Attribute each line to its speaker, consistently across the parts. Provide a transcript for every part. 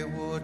Speaker 1: 知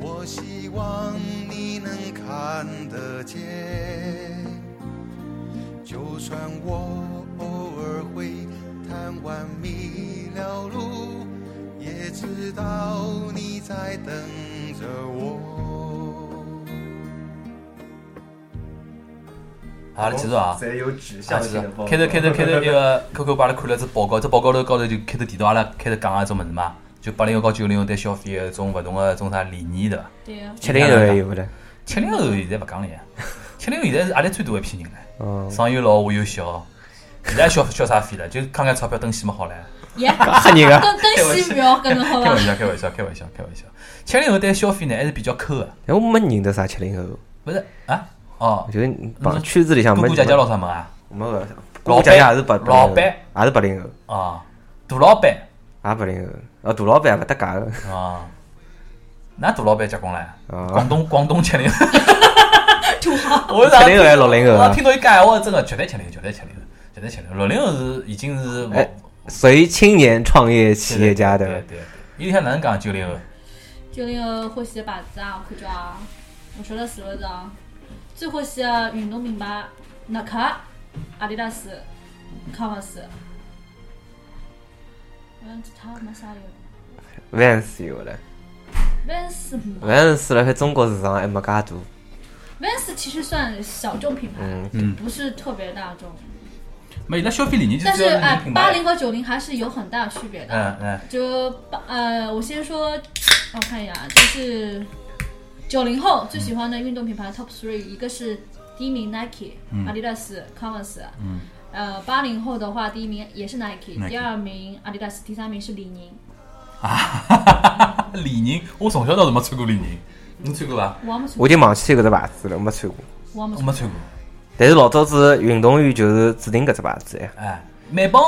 Speaker 1: 我希望你能看得见。就算我偶尔会贪玩迷了路，也知道你在等着我。
Speaker 2: 阿拉继续啊。
Speaker 3: 侪有指
Speaker 2: 啊，
Speaker 3: 向
Speaker 2: 就是
Speaker 3: 性的包裹
Speaker 2: 开头开头开头那个 QQ 帮阿拉看了只报告，只报告头高头就开头提到阿拉开头讲个种物事嘛，就八零后和九零后对消费个种勿同个种啥理念对伐？
Speaker 4: 对呀，
Speaker 5: 七零后还有勿啦？
Speaker 2: 七零后现在勿讲了呀，七零后现在是压力最大一批人了，
Speaker 5: 哦，
Speaker 2: 上有老下有小，现在消消啥费了？就看看钞票等死嘛好了。
Speaker 4: 耶，
Speaker 5: 吓人个！
Speaker 4: 跟跟西不要跟侬好
Speaker 2: 开
Speaker 4: 吧
Speaker 2: 玩？笑，开玩笑，开玩笑，开玩笑。七零后对消费呢还是比较抠个，
Speaker 5: 哎，我没认得啥七零后，
Speaker 2: 勿是啊？哦
Speaker 5: 我，觉得帮圈子里向
Speaker 2: 姑
Speaker 5: 没
Speaker 2: 姑姐姐老啥么啊？
Speaker 5: 没个，
Speaker 2: 老
Speaker 5: 我姐姐
Speaker 2: 板
Speaker 5: 也是八
Speaker 2: 老板，
Speaker 5: 也是八零后，
Speaker 2: 啊，大老板
Speaker 5: 也八零后，哦，大老板也勿搭界个，
Speaker 2: 啊，㑚大老板结棍了？
Speaker 5: 哦
Speaker 2: 广，东广东 七零后。
Speaker 4: 土豪，
Speaker 2: 我
Speaker 5: 七零后还是六零后
Speaker 2: 我
Speaker 5: 啊？
Speaker 2: 听到伊讲闲话，真个绝对七零，绝对七零，绝对七零。六零后是已经是
Speaker 5: 哎属于青年创业企业家
Speaker 2: 对
Speaker 5: 的，
Speaker 2: 对对。伊里向哪能讲九零后？
Speaker 4: 九零后欢喜的牌子啊，我看叫啊，我晓得是勿是啊？最欢喜的运动品牌，耐克、阿迪达斯、康沃斯。嗯，其他没啥有。
Speaker 5: ，Vans 有了
Speaker 4: ，Vans 嘛
Speaker 5: ，Vans 辣海中国市场还没介大，
Speaker 4: ，Vans 其实算小众品牌，
Speaker 5: 嗯，
Speaker 4: 不是特别大众。
Speaker 2: 没，伊拉消费理念就
Speaker 4: 但是
Speaker 2: 主要
Speaker 4: 哎
Speaker 2: 品，
Speaker 4: 八
Speaker 2: 牌。
Speaker 4: 零和九零还是有很大区别的。
Speaker 2: 嗯嗯，
Speaker 4: 就八呃，我先说，我看一眼啊，就是九零后最喜欢的运动品牌 Top Three，一个是第一名 Nike、阿迪达斯、Converse，
Speaker 2: 嗯，
Speaker 4: 呃，八零后的话，第一名也是 Nike，,
Speaker 2: Nike
Speaker 4: 第二名阿迪达斯，第三名是李宁。
Speaker 2: 啊李宁，我从小到大没穿过李宁，侬穿过伐？
Speaker 4: 我没穿
Speaker 5: 我
Speaker 4: 过，
Speaker 5: 已经忘记搿只牌子了，没穿过。
Speaker 4: 我
Speaker 2: 我
Speaker 4: 没穿
Speaker 2: 没
Speaker 4: 过。
Speaker 2: 穿过。
Speaker 5: 但是老早子运动员就是指定搿只牌 子呀，
Speaker 2: 哎，美邦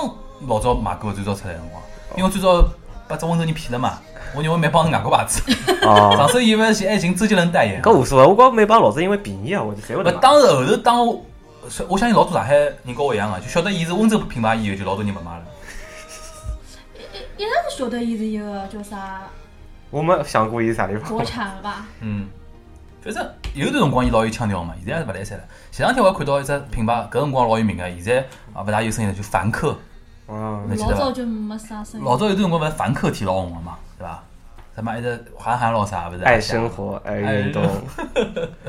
Speaker 2: 老早买过，最早出来的辰光，
Speaker 5: 哦
Speaker 2: 因为最早把只温州人骗了嘛，我认为美邦是外国牌子。
Speaker 5: 哦，
Speaker 2: 上次以为是还寻周杰伦代言。
Speaker 5: 搿无所谓，我觉美帮老早因为便宜啊，我就侪会
Speaker 2: 不
Speaker 5: 得，买。
Speaker 2: 当时后头当我，我相信老多上海人跟我一样啊，就晓得伊是温州品牌以后，就老多人勿买了。
Speaker 4: 一直是晓得伊是一个叫啥
Speaker 5: 我没想过伊啥地
Speaker 4: 国
Speaker 5: 方。
Speaker 4: 产 了吧？
Speaker 2: 嗯，反正有段辰光伊老有腔调嘛，现在也是勿来三了。前两天我还看到一只品牌，搿辰光老有名个，现在啊勿大有声音了，就凡客。
Speaker 5: 哦，
Speaker 2: 侬记
Speaker 4: 老
Speaker 2: 得
Speaker 4: 早
Speaker 2: 伐？
Speaker 4: 就没啥生意。
Speaker 2: 老早有段辰光勿是凡客天老红个嘛，对伐？他妈一直韩寒老啥勿是？
Speaker 5: 爱生活，爱运动
Speaker 2: 哎。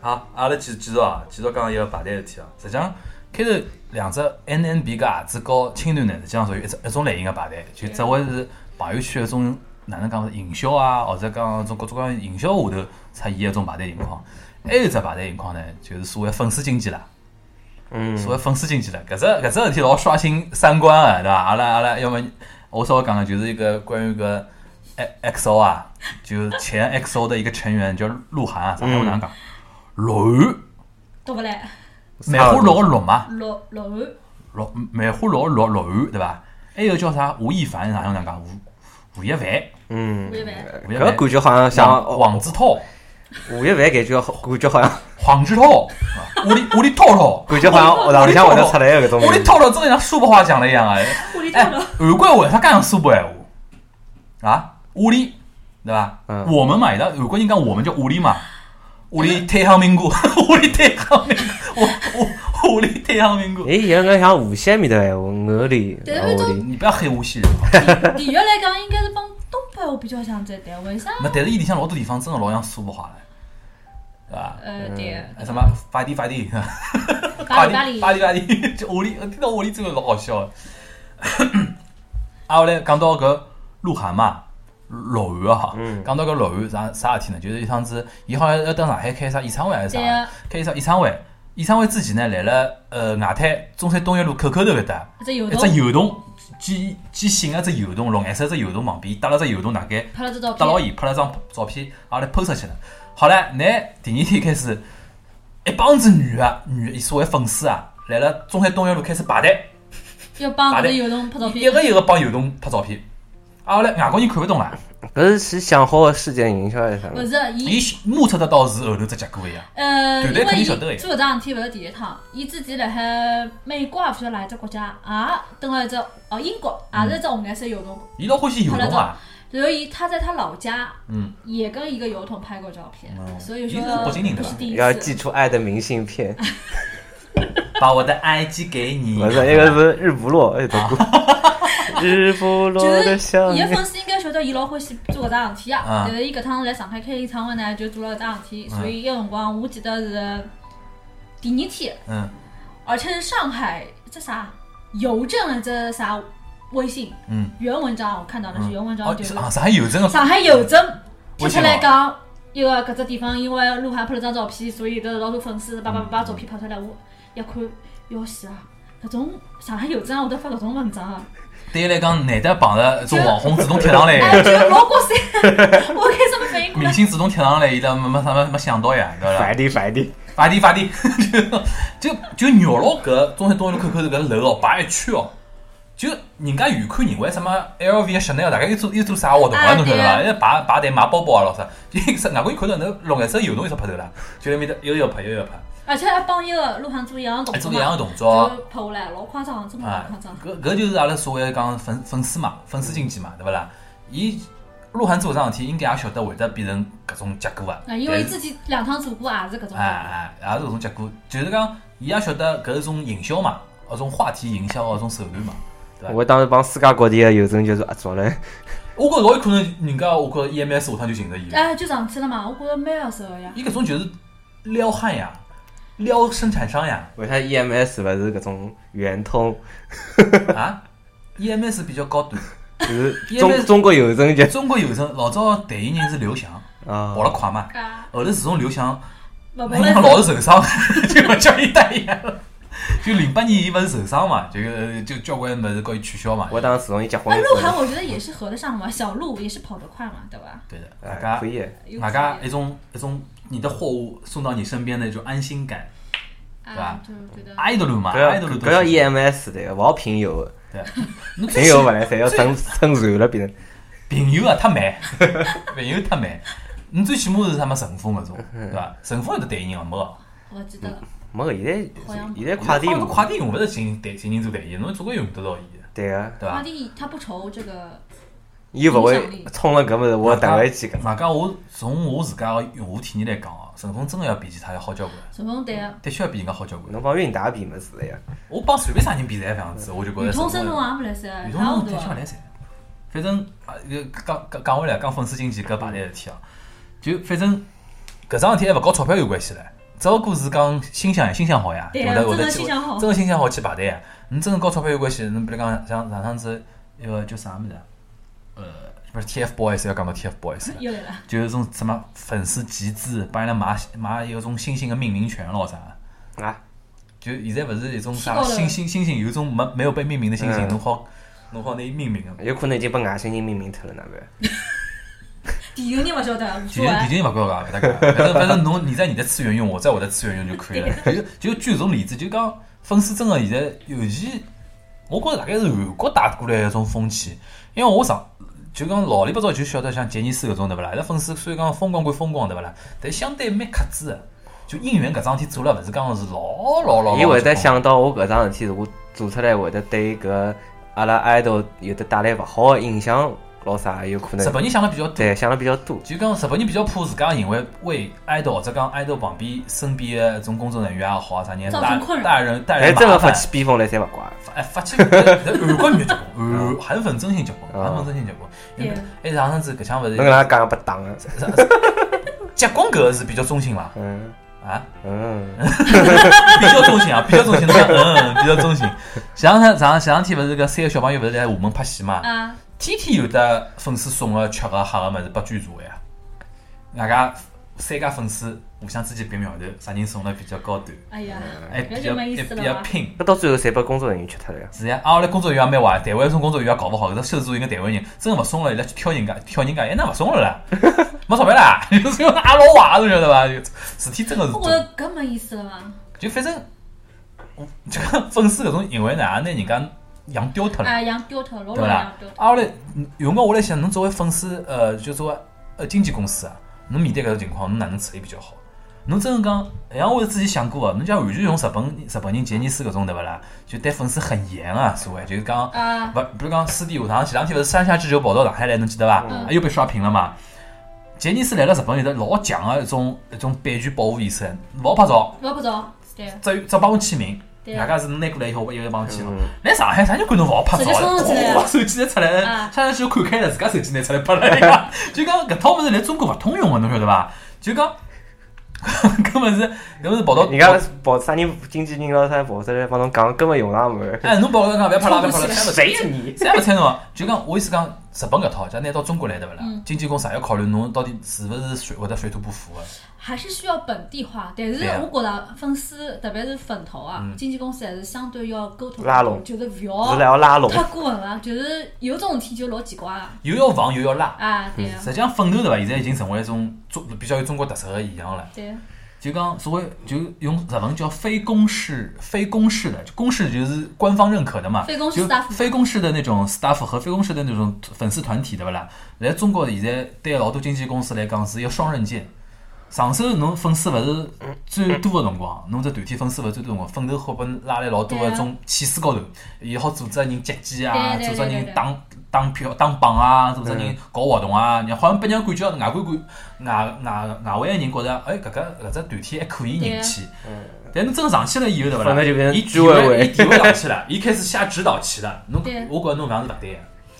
Speaker 2: 好，阿拉继继续啊，继续讲一个排队事体啊。实际上，开头两只 N N B 个鞋子和青团呢，实际上属于一只一种类型个排队，就只会是朋友圈一种哪能讲营销啊，或者讲种各种各样营销下头出现一种排队情况。还有一只排队情况呢，就是所谓粉丝经济啦，
Speaker 5: 嗯，
Speaker 2: 所谓粉丝经济啦，搿只搿只事体老刷新三观个、对伐？阿拉阿拉要么我稍微讲讲，就是一个关于个 X O 啊，就是前 X O 的一个成员叫鹿晗啊，上海话哪能讲？鹿晗。
Speaker 4: 对不嘞？
Speaker 2: 漫花老个鹿嘛，嗯
Speaker 4: 老老安，
Speaker 2: 鹿漫花老鹿鹿晗对伐？还有叫啥吴亦凡，哪能能讲？吴吴亦凡，
Speaker 5: 嗯
Speaker 4: 吴，亦凡，
Speaker 2: 吴亦
Speaker 5: 搿个
Speaker 2: 凡，
Speaker 5: 感觉好像像哦
Speaker 2: 像王子涛、
Speaker 5: 吴亦凡，感 觉好感觉好像
Speaker 2: 黄子韬，啊屋里屋里涛涛，
Speaker 5: 感觉好像学堂里向会得出来的搿种
Speaker 2: 屋里
Speaker 5: 名字。
Speaker 2: 涛涛真的像苏北话讲了一样啊！
Speaker 4: 屋里
Speaker 2: 哎
Speaker 4: 头了，，
Speaker 2: 韩国为啥讲苏北闲话？啊，屋里对伐？
Speaker 5: 嗯
Speaker 2: 我们嘛，伊拉韩国人讲我们叫屋里嘛，屋里太阳民国， 屋里太阳民国，我我屋里太阳民国。
Speaker 5: 哎，有眼像无锡面的闲话，我里，
Speaker 4: 对
Speaker 5: 然后我里，
Speaker 2: 你不要黑无锡人啊！
Speaker 4: 地域来讲应该是帮东北我比较像这点，为啥？
Speaker 2: 没，但是伊里向老多地方真的老像苏北话嘞，对伐？
Speaker 4: 呃，对，
Speaker 2: 哎什么发地发地，
Speaker 4: 巴
Speaker 2: 发
Speaker 4: 黎巴
Speaker 2: 地
Speaker 4: 黎，
Speaker 2: 发地发 地，就屋里我听到屋里真的老好笑的。啊，后来讲到搿鹿晗嘛，鹿晗啊，讲到搿鹿晗啥啥事体呢？就是有一趟子，伊好像要到上海开啥演唱会还是
Speaker 4: 对
Speaker 2: 啥
Speaker 4: 啊，
Speaker 2: 开一场演唱会，演唱会之前呢，来了呃外滩中山东一路口口头搿搭，
Speaker 4: 一只油
Speaker 2: 一
Speaker 4: 桶
Speaker 2: 只油桶，几几新个只油桶，绿颜色只油桶旁边搭了只油桶，大概
Speaker 4: 拍了只照
Speaker 2: 搭牢
Speaker 4: 片，
Speaker 2: 伊拍了张照片，阿拉抛出去了。好了，乃第二天开始，一帮子女个女的所谓粉丝啊，来了中山东一路开始排队，
Speaker 4: 要帮
Speaker 2: 排
Speaker 4: 搿
Speaker 2: 队
Speaker 4: 只油桶拍照
Speaker 2: 一
Speaker 4: 片，
Speaker 2: 个一个帮油桶拍照片。啊，后来外国人看勿懂了，
Speaker 5: 搿哎是先想好个事件营销还是啥
Speaker 4: 勿
Speaker 5: 物事？
Speaker 4: 是伊
Speaker 2: 伊目测得到是后头只结果一样。
Speaker 4: 呃，
Speaker 2: 团
Speaker 4: 因
Speaker 2: 队肯
Speaker 4: 为
Speaker 2: 定
Speaker 4: 伊
Speaker 2: 晓得的呀
Speaker 4: 做搿桩事体勿是第一趟，伊之前辣海美国也勿晓得哪一只国家，也蹲了一只哦英国，
Speaker 2: 嗯
Speaker 4: 也是一只红颜色油桶。
Speaker 2: 伊老欢喜油桶啊，
Speaker 4: 然后伊他在他老家
Speaker 2: 嗯，
Speaker 4: 也跟一个油桶拍过照片，所以
Speaker 2: 伊是
Speaker 4: 说
Speaker 2: 北京人对
Speaker 4: 不
Speaker 2: 吧
Speaker 4: 是第一
Speaker 5: 要寄
Speaker 4: 次。
Speaker 5: 出爱的明信片，
Speaker 2: 把我的 IG 给 你。 啊
Speaker 5: 勿是一个是日不 落，哎，懂过。日不落的想
Speaker 4: 伊
Speaker 5: 念
Speaker 4: 个。粉丝应该晓得伊老欢喜做搿桩事体啊，
Speaker 2: 啊
Speaker 4: 但是伊搿趟来上海开演唱会呢，就做了搿桩事体，
Speaker 2: 嗯
Speaker 4: 所以有辰光我记得是第二天，
Speaker 2: 嗯，
Speaker 4: 而且是上海这啥邮政的这啥微信，
Speaker 2: 嗯，
Speaker 4: 原文章我看到的是原文章
Speaker 2: 哦，
Speaker 4: 就是是
Speaker 2: 啊，上海邮政个
Speaker 4: 上海邮政贴
Speaker 2: 微
Speaker 4: 出
Speaker 2: 信
Speaker 4: 来
Speaker 2: 哦
Speaker 4: 讲，一个搿只地方因为鹿晗拍了张照片，所以得老多粉丝叭叭叭叭照片拍出来，我一看，要死啊！搿种上海邮政会得发搿种文章啊！
Speaker 2: 对伊来讲，难得碰着一种网红主动贴上
Speaker 4: 哎，
Speaker 2: 来，
Speaker 4: 就老过三，我开始没反应过
Speaker 2: 明
Speaker 4: 来。
Speaker 2: 星主动贴上来，伊拉没没啥没没想到呀，对啊伐？
Speaker 5: 快点快点！
Speaker 2: 快点快点，就就就绕牢搿中山东路口口头搿楼哦，排一圈哦。就人家远看人为什么 LV、Chanel 大概又做又做啥活动啊？
Speaker 4: 啊
Speaker 2: 侬晓得
Speaker 4: 对啊
Speaker 2: 伐？一排排队买包包啊，老啥？就一个外国人看到侬弄颜色有侬有啥拍头啦？就埃面搭又要拍又要拍，
Speaker 4: 而且还帮一个鹿晗做一样的
Speaker 2: 还
Speaker 4: 动作
Speaker 2: 做
Speaker 4: 嘛
Speaker 2: 一样的动作
Speaker 4: 就拍下来，老夸张，真的老
Speaker 2: 啊
Speaker 4: 夸张！。
Speaker 2: 搿搿就是阿拉所谓的讲粉粉丝嘛，粉丝经济嘛，对勿啦？伊鹿晗做搿桩事体，应该也晓得会得变成搿种结果啊。
Speaker 4: 啊，因为
Speaker 2: 但是
Speaker 4: 之前两趟做过也是搿种。
Speaker 2: 哎哎，也是搿种结果，就是讲伊也晓得搿是种营销嘛，搿种话题营销搿啊种手段嘛，对伐？
Speaker 5: 我当时帮世界各地的邮政局做合 作了，
Speaker 2: 我觉着老有可能人家我觉着 EMS 下趟就寻着伊了，
Speaker 4: 哎，就上去了嘛，我觉着蛮有啊手的呀。
Speaker 2: 伊搿种就是撩汉呀，撩生产商呀，
Speaker 5: 为啥 EMS 勿哎是搿种圆通，
Speaker 2: 啊，EMS 比较高端。
Speaker 5: 就是中
Speaker 2: EMS
Speaker 5: 中国邮政局
Speaker 2: 中国邮政老早代言人是刘翔，
Speaker 5: 啊
Speaker 2: 跑？得快嘛，
Speaker 4: 啊，
Speaker 2: 后头自从刘翔，
Speaker 4: 勿
Speaker 2: 哎那
Speaker 4: 哦不
Speaker 2: 伊
Speaker 4: 来
Speaker 2: 讲老是受伤， 就勿叫伊代言了。就零八年伊勿是受伤嘛，就就交关物事告伊取消嘛。
Speaker 5: 我当时自从伊结婚
Speaker 4: 哎，
Speaker 5: 之
Speaker 4: 鹿晗
Speaker 5: 后，
Speaker 4: 我觉得也是合得上嘛，小鹿也是跑得快嘛，对吧？
Speaker 2: 对的，大
Speaker 5: 哎
Speaker 2: 家
Speaker 5: 可以。
Speaker 4: 有
Speaker 2: 外加
Speaker 4: 自
Speaker 2: 一种一种你的货物送到你身边的一种安心感
Speaker 4: 己
Speaker 2: 对吧哎
Speaker 4: 啊，就是觉得。
Speaker 2: ，idol 嘛
Speaker 5: 搿要
Speaker 2: ，idol 都
Speaker 5: 搿要 E EMS 的，勿好评邮的，
Speaker 2: 对，侬
Speaker 5: 评邮勿来三，要蹭蹭传了变成。
Speaker 2: 朋友啊太慢， 朋友太慢，你最起码是什么顺丰搿种，
Speaker 5: 嗯
Speaker 2: 对伐？顺丰有得代言个没个，
Speaker 4: 我记得了，
Speaker 5: 没个，现
Speaker 4: 好
Speaker 5: 在
Speaker 4: 像
Speaker 5: 现在快递
Speaker 2: 侬快递用勿着寻代寻人做代言，侬总归用得到伊的，
Speaker 5: 对个，
Speaker 2: 对
Speaker 4: 阿
Speaker 2: 伐？
Speaker 4: 弟他不愁这个，
Speaker 5: 伊勿
Speaker 4: 影响
Speaker 5: 会
Speaker 4: 力
Speaker 5: 冲了搿物事，我
Speaker 2: 外加
Speaker 5: 弹回去搿。
Speaker 2: 外加我从我自家个用户体验来讲哦，顺丰真个要比其他要好交关，
Speaker 4: 顺丰对啊，
Speaker 2: 的确要比人家好交关。
Speaker 5: 侬帮韵达比么子的呀？
Speaker 2: 我帮随便啥人比侪搿样子，我就觉
Speaker 4: 宇
Speaker 2: 着
Speaker 4: 通
Speaker 2: 顺
Speaker 4: 啊申
Speaker 2: 丰
Speaker 4: 通
Speaker 2: 要。
Speaker 4: 也不来塞，
Speaker 2: 运
Speaker 4: 差
Speaker 2: 动侬
Speaker 4: 勿
Speaker 2: 踢
Speaker 4: 多
Speaker 2: 吃勿来噻。反正啊，呃讲讲讲回来，讲粉丝经济搿排队事体啊，就反正搿桩事体还勿搞钞票有关系唻，只不过是讲心想心想好呀，
Speaker 4: 对
Speaker 2: 会
Speaker 4: 啊
Speaker 2: 得会
Speaker 4: 真
Speaker 2: 得
Speaker 4: 的
Speaker 2: 去
Speaker 4: 心想好
Speaker 2: 真的心想好去排队呀。侬真的搞钞票有关系，侬比如讲像上趟子那个叫啥物事啊，呃，不是 TFBOYS 要讲到 TFBOYS 了。
Speaker 4: 又来了，
Speaker 2: 就是种什么粉丝集资，帮伊拉买买有种新型的命名权咯啥，
Speaker 5: 啊，
Speaker 2: 就现在勿是一种
Speaker 4: 提
Speaker 2: 啥
Speaker 4: 高了
Speaker 2: 新新新型，有种没没有被命名的新型，
Speaker 5: 嗯
Speaker 2: 侬好侬好拿伊命名啊个。
Speaker 5: 有可能已经被外星人命名脱了，哪办？
Speaker 4: 第一个人勿晓得，无
Speaker 2: 提
Speaker 4: 所
Speaker 2: 前提
Speaker 4: 谓。
Speaker 2: 前勿管个，勿搭讲。反正反正侬你在你的次元用，我在我的次元用就可以了。就就举种例子，就讲粉丝真个现在，尤其我觉着大概是韩国带过来一种风气，因为我上就讲老里八早就晓得像杰尼斯搿种对勿啦？伊拉粉丝虽然讲风光归风光对勿啦，但相对蛮克制个。就应援搿桩事体做了，勿是讲是老老老老。
Speaker 5: 伊会得想到我搿桩事体，如果做出来会得对搿阿拉 idol 有得带来勿好的影响，老啥有可
Speaker 2: 日
Speaker 5: 能。
Speaker 2: 本人想了比较多。
Speaker 5: 对，想了比较多。
Speaker 2: 就讲日本人比较怕自家行为为 idol 或者讲 idol 旁边身边的这种工作人员也好啊啥人
Speaker 4: 造成
Speaker 2: 带
Speaker 4: 困扰
Speaker 2: 带人带
Speaker 5: 但
Speaker 2: 人
Speaker 5: 真
Speaker 2: 哎麻
Speaker 5: 个
Speaker 2: 烦
Speaker 5: 发，起边锋来，侪勿怪。
Speaker 2: 发哎发起韩国女结 棍，韩韩粉真心结棍，
Speaker 5: 嗯啊
Speaker 2: 韩粉真心结棍。因为
Speaker 4: 对
Speaker 2: 哎，上趟子搿腔勿是
Speaker 5: 侬搿能讲被打个，
Speaker 2: 结棍搿个是比较中性伐？
Speaker 5: 嗯
Speaker 2: 啊，
Speaker 5: 嗯，
Speaker 2: 比较中性啊，比较中性，侬讲嗯，比较中性。前两天上前两天勿是搿三个小朋友勿是来厦门拍戏嘛？
Speaker 4: 啊，
Speaker 2: 天天有的粉丝送个吃个喝个物事拨捐助个呀，外加三家粉丝互相之间比苗头，啥人送了比较高端，
Speaker 4: 哎呀，
Speaker 2: 还
Speaker 4: 搿
Speaker 2: 比较
Speaker 4: 就没意
Speaker 2: 还
Speaker 4: 思
Speaker 2: 比
Speaker 4: 了
Speaker 2: 较
Speaker 4: 嘛。
Speaker 2: 拼。
Speaker 5: 搿到最后侪被工作人员吃脱了呀。
Speaker 2: 是呀，啊，阿拉工作人员也蛮坏，台湾送工作人员也搞勿好，搿只收入应该台湾人，真勿送了，伊拉去挑人家，挑人家，哎，那勿送了啦，没钞票啦， 就是阿拉老坏，侬晓得伐？就事体真个是
Speaker 4: 我
Speaker 2: 多
Speaker 4: 觉，着搿没意思了嘛。
Speaker 2: 就反正，我就讲粉丝搿种行为呢，也拿人家养刁脱了。
Speaker 4: 哎，养丢头，老
Speaker 2: 对
Speaker 4: 容易
Speaker 2: 啦
Speaker 4: 养丢？头。
Speaker 2: 啊，我来，有辰光我来想，侬作为粉丝，呃，就作为呃经纪公司啊，侬面对搿种情况，侬哪能处理比较好？侬真个讲，像我自己想过个，侬讲完全用日本日本人杰尼斯搿种对勿啦？就对粉丝很严啊，所谓就是讲，
Speaker 4: 啊，
Speaker 2: 勿比如讲私底下，上前两天勿是山下智久跑到上海来，侬记得伐？
Speaker 4: 嗯
Speaker 2: 啊又被刷屏了嘛。杰尼斯来了日本有得老强个一种一种版权保护意识，老拍照，
Speaker 4: 勿不着，对
Speaker 2: 只只帮我签名，
Speaker 4: 对
Speaker 2: 大
Speaker 4: 啊。
Speaker 2: 家是侬拿过来以后，我一个帮我签了
Speaker 5: 嗯。
Speaker 2: 来上海，啥人管侬勿好拍照
Speaker 4: 直接冲上去了呀
Speaker 2: 把手机拿出来，
Speaker 4: 啊
Speaker 2: 相当就看开了，自家手机拿出来拍了人 家。就讲搿套物事来中国勿通用个，啊侬晓得伐？就讲 搿物事，搿物事跑到
Speaker 5: 人家跑啥人经纪人咯啥跑出来帮侬讲，根本用上门。
Speaker 2: 哎，侬跑到讲勿要拍了，勿 要拍了，
Speaker 4: 冲
Speaker 2: 三勿
Speaker 5: 谁呀你？
Speaker 2: 三勿睬侬啊。就讲我意思讲，日本搿套，假如拿到中国来对勿啦
Speaker 4: 嗯？
Speaker 2: 经纪公司也要考虑侬到底是勿是水会得水土不服个。
Speaker 4: 还是需要本地化，但是
Speaker 2: 对啊
Speaker 4: 我觉着粉丝，特别是粉头啊
Speaker 2: 嗯，
Speaker 4: 经纪公司还是相对要沟通，
Speaker 5: 拉拢
Speaker 4: 就是勿
Speaker 5: 是来
Speaker 4: 要
Speaker 5: 要拉拢，
Speaker 4: 太过分了，就是有种事体就老奇怪啊。
Speaker 2: 又要防又要拉。
Speaker 4: 啊，对
Speaker 5: 嗯
Speaker 4: 啊
Speaker 2: 实，际上，粉头对伐？现在已经成为一种中比较有中国特色个现象了。
Speaker 4: 对啊，
Speaker 2: 就讲所谓就用日文叫非公式、非公式的，就公式就是官方认可的嘛，
Speaker 4: 非公式
Speaker 2: 就
Speaker 4: staff
Speaker 2: 非公式的那种 staff 和非公式的那种粉丝团体，对不啦？来中国现在对老多经纪公司来讲是一个双刃剑。上手侬粉丝勿是最多的辰光，侬只团体粉丝勿是最多的辰光，粉头好帮拉来老多
Speaker 4: 对
Speaker 2: 的
Speaker 4: 啊
Speaker 2: 种气势高头，伊好组织人接机啊，
Speaker 4: 对
Speaker 2: 组织
Speaker 4: 对对对
Speaker 2: 人
Speaker 4: 对
Speaker 2: 打打票、打榜啊，组织人搞活动啊，好像拨人家感觉外国感外外外围个人觉着，哎，搿个搿只团体还可以人气。
Speaker 5: 嗯
Speaker 2: 但侬真上去了以后，对勿
Speaker 5: 反正就变
Speaker 2: 啦？
Speaker 5: 成
Speaker 2: 伊
Speaker 5: 居
Speaker 2: 地
Speaker 5: 委
Speaker 2: 位
Speaker 5: 会
Speaker 2: 伊地位上去 了，伊开始下指导棋了。侬
Speaker 4: 对
Speaker 2: 我觉着侬搿样是勿对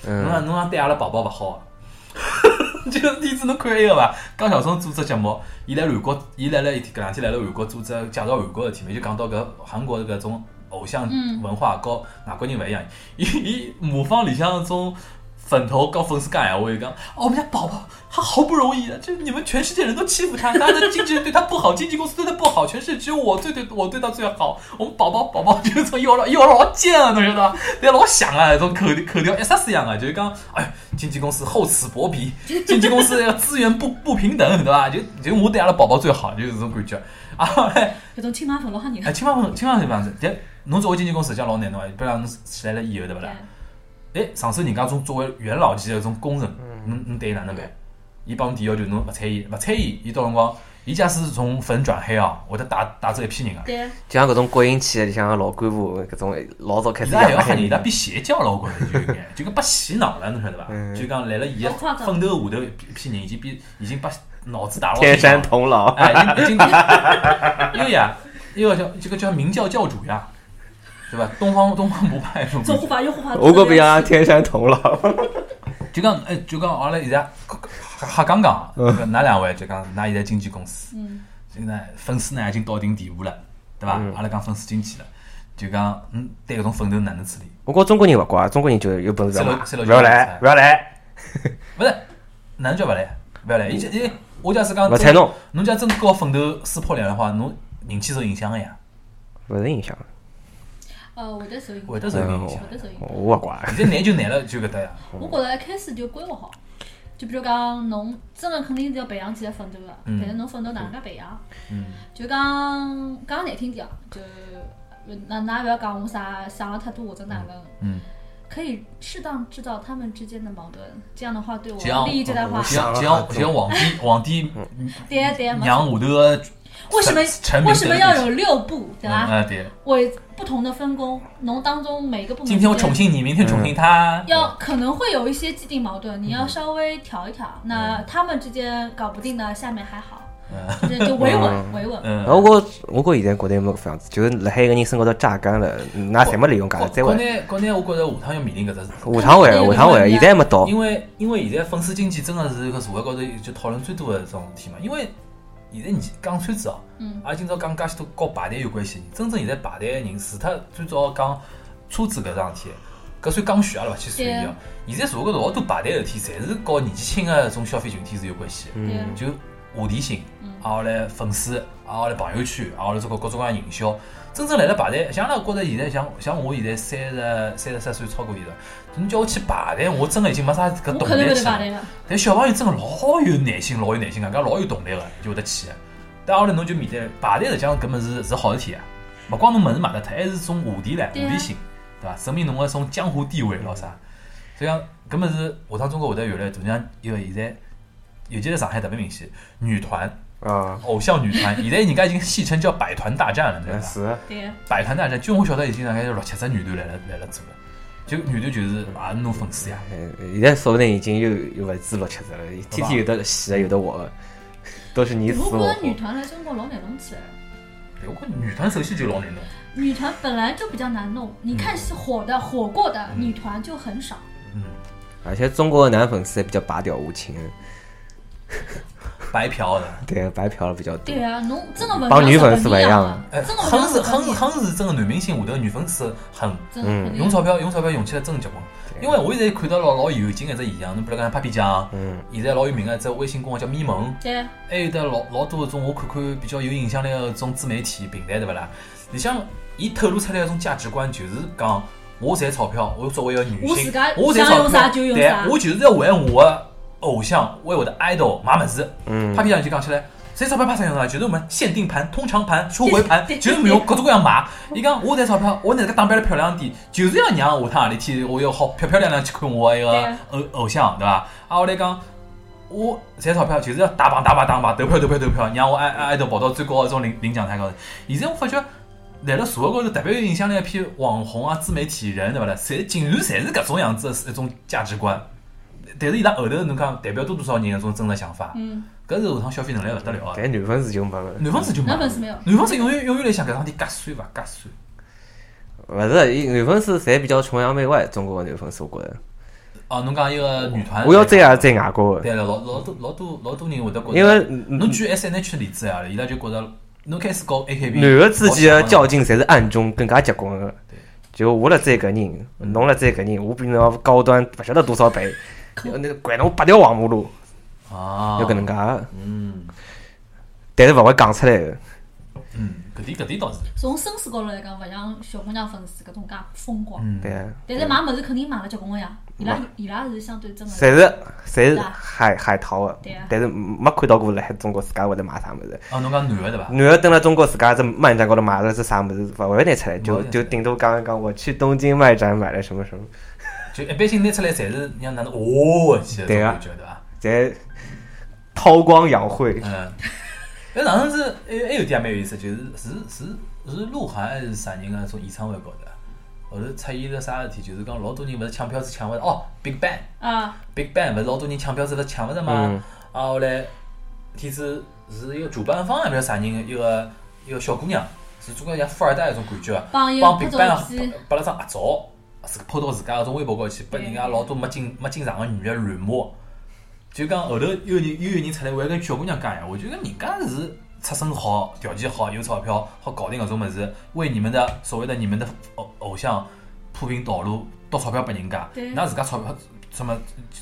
Speaker 2: 个，侬
Speaker 5: 嗯，
Speaker 2: 讲侬讲对阿拉宝宝勿好 啊。就是第一次侬看一个伐？江晓松组织节目，伊来韩国，伊来了一天，搿两天来了韩国组织介绍韩国的事体嘛，就讲到搿韩国搿种偶像
Speaker 4: 嗯
Speaker 2: 文化和外国人勿一样，伊伊模仿里向种。粉头跟粉丝讲闲话，就讲哦，我们家宝宝他好不容易的，就是你们全世界人都欺负他，大家的经纪人对他不好，经纪公司对他不好，全世界只有我最对我对他最好。我们宝宝宝宝就是从幼儿幼儿老贱啊，侬晓得 伐？对，老响啊，那种口口条一啥子样啊，就是讲哎，经纪公司厚此薄彼，经纪公司要资源不不平等，对伐？就就我对阿拉宝宝最好，就是这种感觉。啊，后来
Speaker 4: 搿种亲妈粉老吓人。
Speaker 2: 哎，千万勿千万勿能子，但侬作为经纪公司，讲老难弄啊，不然侬起来了以后，对勿
Speaker 5: 啊
Speaker 2: 啦？哎，上手人家种作为元老级的搿种工人，
Speaker 5: 嗯
Speaker 2: 侬侬对伊哪能办？伊帮侬提要求，侬勿睬伊，勿睬伊，伊到辰光，伊假使从粉转黑哦，会得带带走一批人啊。
Speaker 4: 对啊，
Speaker 5: 就像搿种国营企业里向个老干部，搿种老早开
Speaker 2: 伊
Speaker 5: 始
Speaker 2: 拉还要
Speaker 5: 养
Speaker 2: 吓人，伊拉
Speaker 5: 人，
Speaker 2: 比邪教了，我觉着就有眼，就跟被洗脑了，侬晓得伐？
Speaker 5: 嗯
Speaker 2: 就讲来了伊个
Speaker 4: 老夸张
Speaker 2: 奋斗下头一批人，已经比已经把脑子打到
Speaker 5: 天
Speaker 2: 地上
Speaker 5: 山
Speaker 2: 了
Speaker 5: 童姥，
Speaker 2: 哎，已经已经， 因为呀，因为叫这个叫明教教主呀，对吧？东方东方不败这种
Speaker 4: 左
Speaker 2: 感
Speaker 4: 护
Speaker 2: 觉，
Speaker 4: 法右护法。
Speaker 5: 我可不啊像天山童姥，
Speaker 2: 就讲哎，就讲阿拉现在瞎讲讲，
Speaker 5: 嗯
Speaker 2: 哪两位就讲㑚现在经纪公司，
Speaker 4: 嗯，
Speaker 2: 现在粉丝呢已经到一定地步了，对吧？
Speaker 5: 嗯
Speaker 2: 阿拉讲粉丝经济了，就讲嗯，对搿种奋斗哪能处理？
Speaker 5: 我觉中国人勿怪，中国人就有本事勿要
Speaker 2: 三楼
Speaker 5: 买，勿要来，勿要来，
Speaker 2: 不是，哪能叫勿来？勿要来，伊就伊，我假使讲
Speaker 5: 嗯勿睬侬，
Speaker 2: 侬假真搞奋斗撕破脸的话，侬人气受影响个呀，
Speaker 5: 勿是影响。
Speaker 4: 呃，会得受影响，
Speaker 2: 会得受
Speaker 5: 嗯
Speaker 2: 影响
Speaker 5: 我。
Speaker 4: 会得受影响。
Speaker 5: 我勿怪，
Speaker 2: 现在难就难了，就搿搭呀。
Speaker 5: 哦
Speaker 4: 我觉着一开始就规划好，就比如讲，侬真个肯定是要培养自己的奋斗个，
Speaker 2: 嗯
Speaker 4: 但是侬奋斗哪能介培养？
Speaker 2: 嗯。
Speaker 4: 就讲讲难听点啊，就那那勿要讲我啥想了太多或者哪能，
Speaker 2: 嗯，
Speaker 4: 可以适当制造他们之间的矛盾，这样的话对我
Speaker 2: 就像
Speaker 4: 利益最大化
Speaker 5: 我。
Speaker 2: 就像就
Speaker 5: 啊
Speaker 2: 像就像皇帝皇帝
Speaker 4: 对啊对啊，
Speaker 2: 娘下
Speaker 4: 没错
Speaker 2: 头个
Speaker 4: 为什么
Speaker 2: 臣民
Speaker 4: 为什么要有六步，对
Speaker 2: 嗯
Speaker 4: 吧？
Speaker 2: 啊对，
Speaker 4: 为不同的分工，侬当中每个部门
Speaker 2: 今天我
Speaker 4: 之间
Speaker 2: 宠幸你，明天宠幸他，
Speaker 4: 要可能会有一些既定矛盾，你要稍微调一调。那他们之间搞不定的，下面还好，就是就维稳维稳。
Speaker 2: 嗯，
Speaker 5: 然后我觉我觉现在国内没搿副样子，就是辣海一个人身高头榨干了，㑚侪没利用价
Speaker 2: 国
Speaker 5: 值，再
Speaker 2: 国
Speaker 5: 玩。
Speaker 2: 内国内我觉着下趟要面临搿只事，
Speaker 5: 下趟会，下趟会，现在还没到。
Speaker 2: 因为因为现在粉丝经济真的是搿社会高头就讨论最多的这种事体嘛，因为现在你讲穿子哦，
Speaker 4: 嗯，
Speaker 2: 阿拉今朝讲介许多和排队有关系，真正现在排队的人，除脱最早讲车子搿桩事体，搿算刚需阿拉勿去算伊哦。现在社会高头老多排队的事体，侪是和年纪轻的这种消费群体是有关系的。
Speaker 4: 对啊
Speaker 5: 嗯，
Speaker 2: 就话题性，挨下来粉丝，挨下来朋友圈，挨下来做各各种各样营销。真正来了排队，像阿拉觉得现在像像我现在三十三十三岁超过现在，你叫我去排队，我真的已经没啥搿
Speaker 4: 我
Speaker 2: 动
Speaker 4: 肯定
Speaker 2: 力
Speaker 4: 会
Speaker 2: 去
Speaker 4: 得
Speaker 2: 了
Speaker 4: 排。队的。
Speaker 2: 但小朋友真个老有耐心，老有耐心，人家老有动力个，就会得去。但后来侬就面对排队，实际上搿么是是好事体啊。勿光侬物事买得脱，还是种话题唻，话
Speaker 4: 对啊
Speaker 2: 题性，对伐？证明侬个种江湖地位咯啥。所以讲搿么是下趟中国会得越来越多，像因为现在，尤其是上海特别明显，女团、
Speaker 5: 啊，
Speaker 2: 偶像女团，现在人家已经戏称叫百团大战了，对伐？
Speaker 5: 是
Speaker 4: 对，
Speaker 2: 百团大战，据我晓得已经大概有六七只女团来了来了做了，就女团就是也是侬粉丝呀。
Speaker 5: 呃现在说不定已经又又勿止六七只了，天天有的死的，有的活的，都是你死
Speaker 4: 我觉
Speaker 5: 我
Speaker 4: 得女
Speaker 5: 活。
Speaker 4: 团来中国老难弄起来了。
Speaker 2: 对哎我觉着女团首先就老难弄。
Speaker 4: 女团本来就比较难弄，你
Speaker 5: 嗯
Speaker 4: 看是火的、火过的女团就很少。
Speaker 2: 嗯
Speaker 5: 而且中国的男粉丝也比较拔屌无情，
Speaker 2: 白嫖的。
Speaker 5: 对，白嫖了比较多
Speaker 4: 对。啊，侬真的文
Speaker 5: 帮女粉丝不一样啊
Speaker 4: 啊，
Speaker 2: 哎，
Speaker 4: 真的
Speaker 2: 夯是夯
Speaker 4: 很
Speaker 2: 夯是真个男明星下头女粉丝很
Speaker 4: 真
Speaker 5: 嗯
Speaker 4: 的很
Speaker 2: 用钞票用钞票用起来真结棍。因为我现在看到老老有劲个一只现象，侬比如讲 Papi 酱，
Speaker 5: 嗯，
Speaker 2: 现在老有名个一只微信公号叫咪蒙，
Speaker 4: 对，啊
Speaker 2: 还有得老老多种我看看比较有影响力个种自媒体平台对勿啦？里向伊透露出来个种价值观就是讲。我赚钞票，我作为一个女
Speaker 4: 我
Speaker 2: 性
Speaker 4: 自家，
Speaker 2: 我赚
Speaker 4: 想
Speaker 2: 钞
Speaker 4: 用啥
Speaker 2: 票，
Speaker 4: 就用
Speaker 2: 对
Speaker 4: 啥
Speaker 2: 我就是要为我的偶像，为我的 idol 买么子，
Speaker 5: 嗯
Speaker 2: 他平常就讲起来，谁钞票怕啥用啊？就是我们限定盘、通常盘、收回盘，就是我们用各种各样买。伊讲我赚钞票，我拿这个打扮得漂亮点，就是要让下趟何里天啊我要好漂漂亮亮去看我一
Speaker 4: 对
Speaker 2: 个
Speaker 4: 啊
Speaker 2: 偶偶像，对伐？啊，我来讲。我赚钞票就是要打榜打榜打榜，投票投票投票，让我爱爱爱豆跑到最高的这种领领奖台高头。现在我发觉，来了社会高头特别有影响力一批网红啊、自媒体人，对伐啦？侪竟然侪是搿种样子的一种价值观，但是伊拉后头侬讲代表多多少人的一种真实想法？
Speaker 4: 嗯，
Speaker 2: 搿是下趟消费能力勿得了啊！
Speaker 5: 但女粉丝就没了。
Speaker 2: 男粉丝就没
Speaker 4: 男粉丝没有
Speaker 2: 男粉丝永远永远来想搿桩事体夹算伐夹算，
Speaker 5: 勿是，伊女粉丝侪比较崇洋媚外，中国的女粉丝我觉着。
Speaker 2: 哦，侬讲一个女团，
Speaker 5: 我要追也是追外国啊的，
Speaker 2: 对了，老老多老多老多人会得觉得，
Speaker 5: 因为
Speaker 2: 侬举 S N H 例子啊，伊拉就觉得侬开始搞 A K B，
Speaker 5: 男的之间的较劲侪是暗中更加结棍的。就我辣追搿人，侬辣追搿人，我比侬要高端勿晓得多少倍，那拐侬八条黄马路，
Speaker 2: 啊，
Speaker 5: 要搿能介的，
Speaker 2: 嗯
Speaker 5: 但是勿会讲出来的。
Speaker 2: 嗯，搿点搿点倒是，
Speaker 4: 从身世高头来讲，勿像小姑娘粉丝搿种介疯狂。
Speaker 2: 嗯
Speaker 5: 对，啊，
Speaker 4: 但是买物事肯定买了结棍个呀，伊拉伊拉是相对真个。
Speaker 5: 侪是侪
Speaker 4: 是
Speaker 5: 是
Speaker 4: 啊
Speaker 5: 海海淘的
Speaker 4: 对啊，
Speaker 5: 但是没看到过辣海中国自家会得买啥物事。
Speaker 2: 啊，侬讲男的对伐？
Speaker 5: 男的蹲辣中国自家这漫展高头买了是啥物事，勿会拿出来，
Speaker 2: 不
Speaker 5: 就
Speaker 2: 会拿出
Speaker 5: 就
Speaker 2: 来
Speaker 5: 顶多讲一讲我去东京漫展买了什么什么，
Speaker 2: 就一般性拿出来侪是让哪能哦一记的
Speaker 5: 对啊
Speaker 2: 感觉对伐？
Speaker 5: 侪韬光养晦。
Speaker 2: 嗯，哎，上趟是还有还有点蛮有意思，就是是是是鹿晗还是啥人啊？从演唱会高头啊，后头出现了啥事体？就是讲老多人勿是抢票子抢勿着哦，Big Bang，Big
Speaker 4: 啊，
Speaker 2: Bang 勿是老多人抢票子勿是抢勿着嘛
Speaker 5: 嗯？
Speaker 2: 啊，后来天子是一个主办方还啊是啥人？一个一个小姑娘，是中国像富二代那种感觉啊，
Speaker 4: 帮伊
Speaker 2: 帮
Speaker 4: 拍
Speaker 2: Big
Speaker 4: 照
Speaker 2: Bang
Speaker 4: 机，
Speaker 2: 摆了张合照，自家抛到自家搿种微博高头去，拨人家老多没进没进场个女个软磨。就讲后头又有人又有人出来为搿小姑娘讲闲话，就讲人家是出身好，条件好，有钞票，好搞定搿种物事，为你们的所谓的你们的偶偶像铺平道路，倒钞票拨人家
Speaker 4: 对，
Speaker 2: 拿自家钞票什么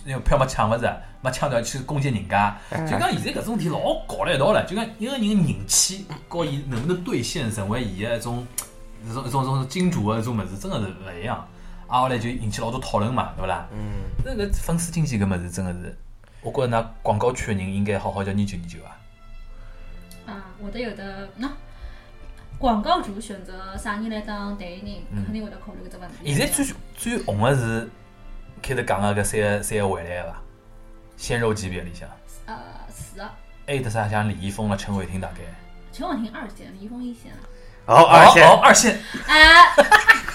Speaker 2: 那个票没抢勿着，没抢到去攻击人家，就讲现在搿种事体老搞辣一道了，就讲一个人的人气和伊能不能兑现成为伊个一种一种一种一种金主个一种物事，真个是勿一样。啊，后来就引起老多讨论嘛，对勿啦？嗯，那个粉丝经济搿物事真个是，我觉着㑚广告圈个人应该好好叫研究研究啊。
Speaker 4: 啊，我的有的那。广告主选择啥人来当代言
Speaker 5: 嗯
Speaker 4: 人，肯定会得考虑搿只问题。
Speaker 2: 现在最最红个是开头讲个搿三个三个回来个伐？鲜肉级别里向，
Speaker 4: 呃，是啊，
Speaker 2: 还有得啥像李易峰了、陈伟霆大概。
Speaker 4: 陈伟霆二线，李易峰一线啊。
Speaker 5: 好，二线
Speaker 2: 哦，哦二线，
Speaker 4: 哎，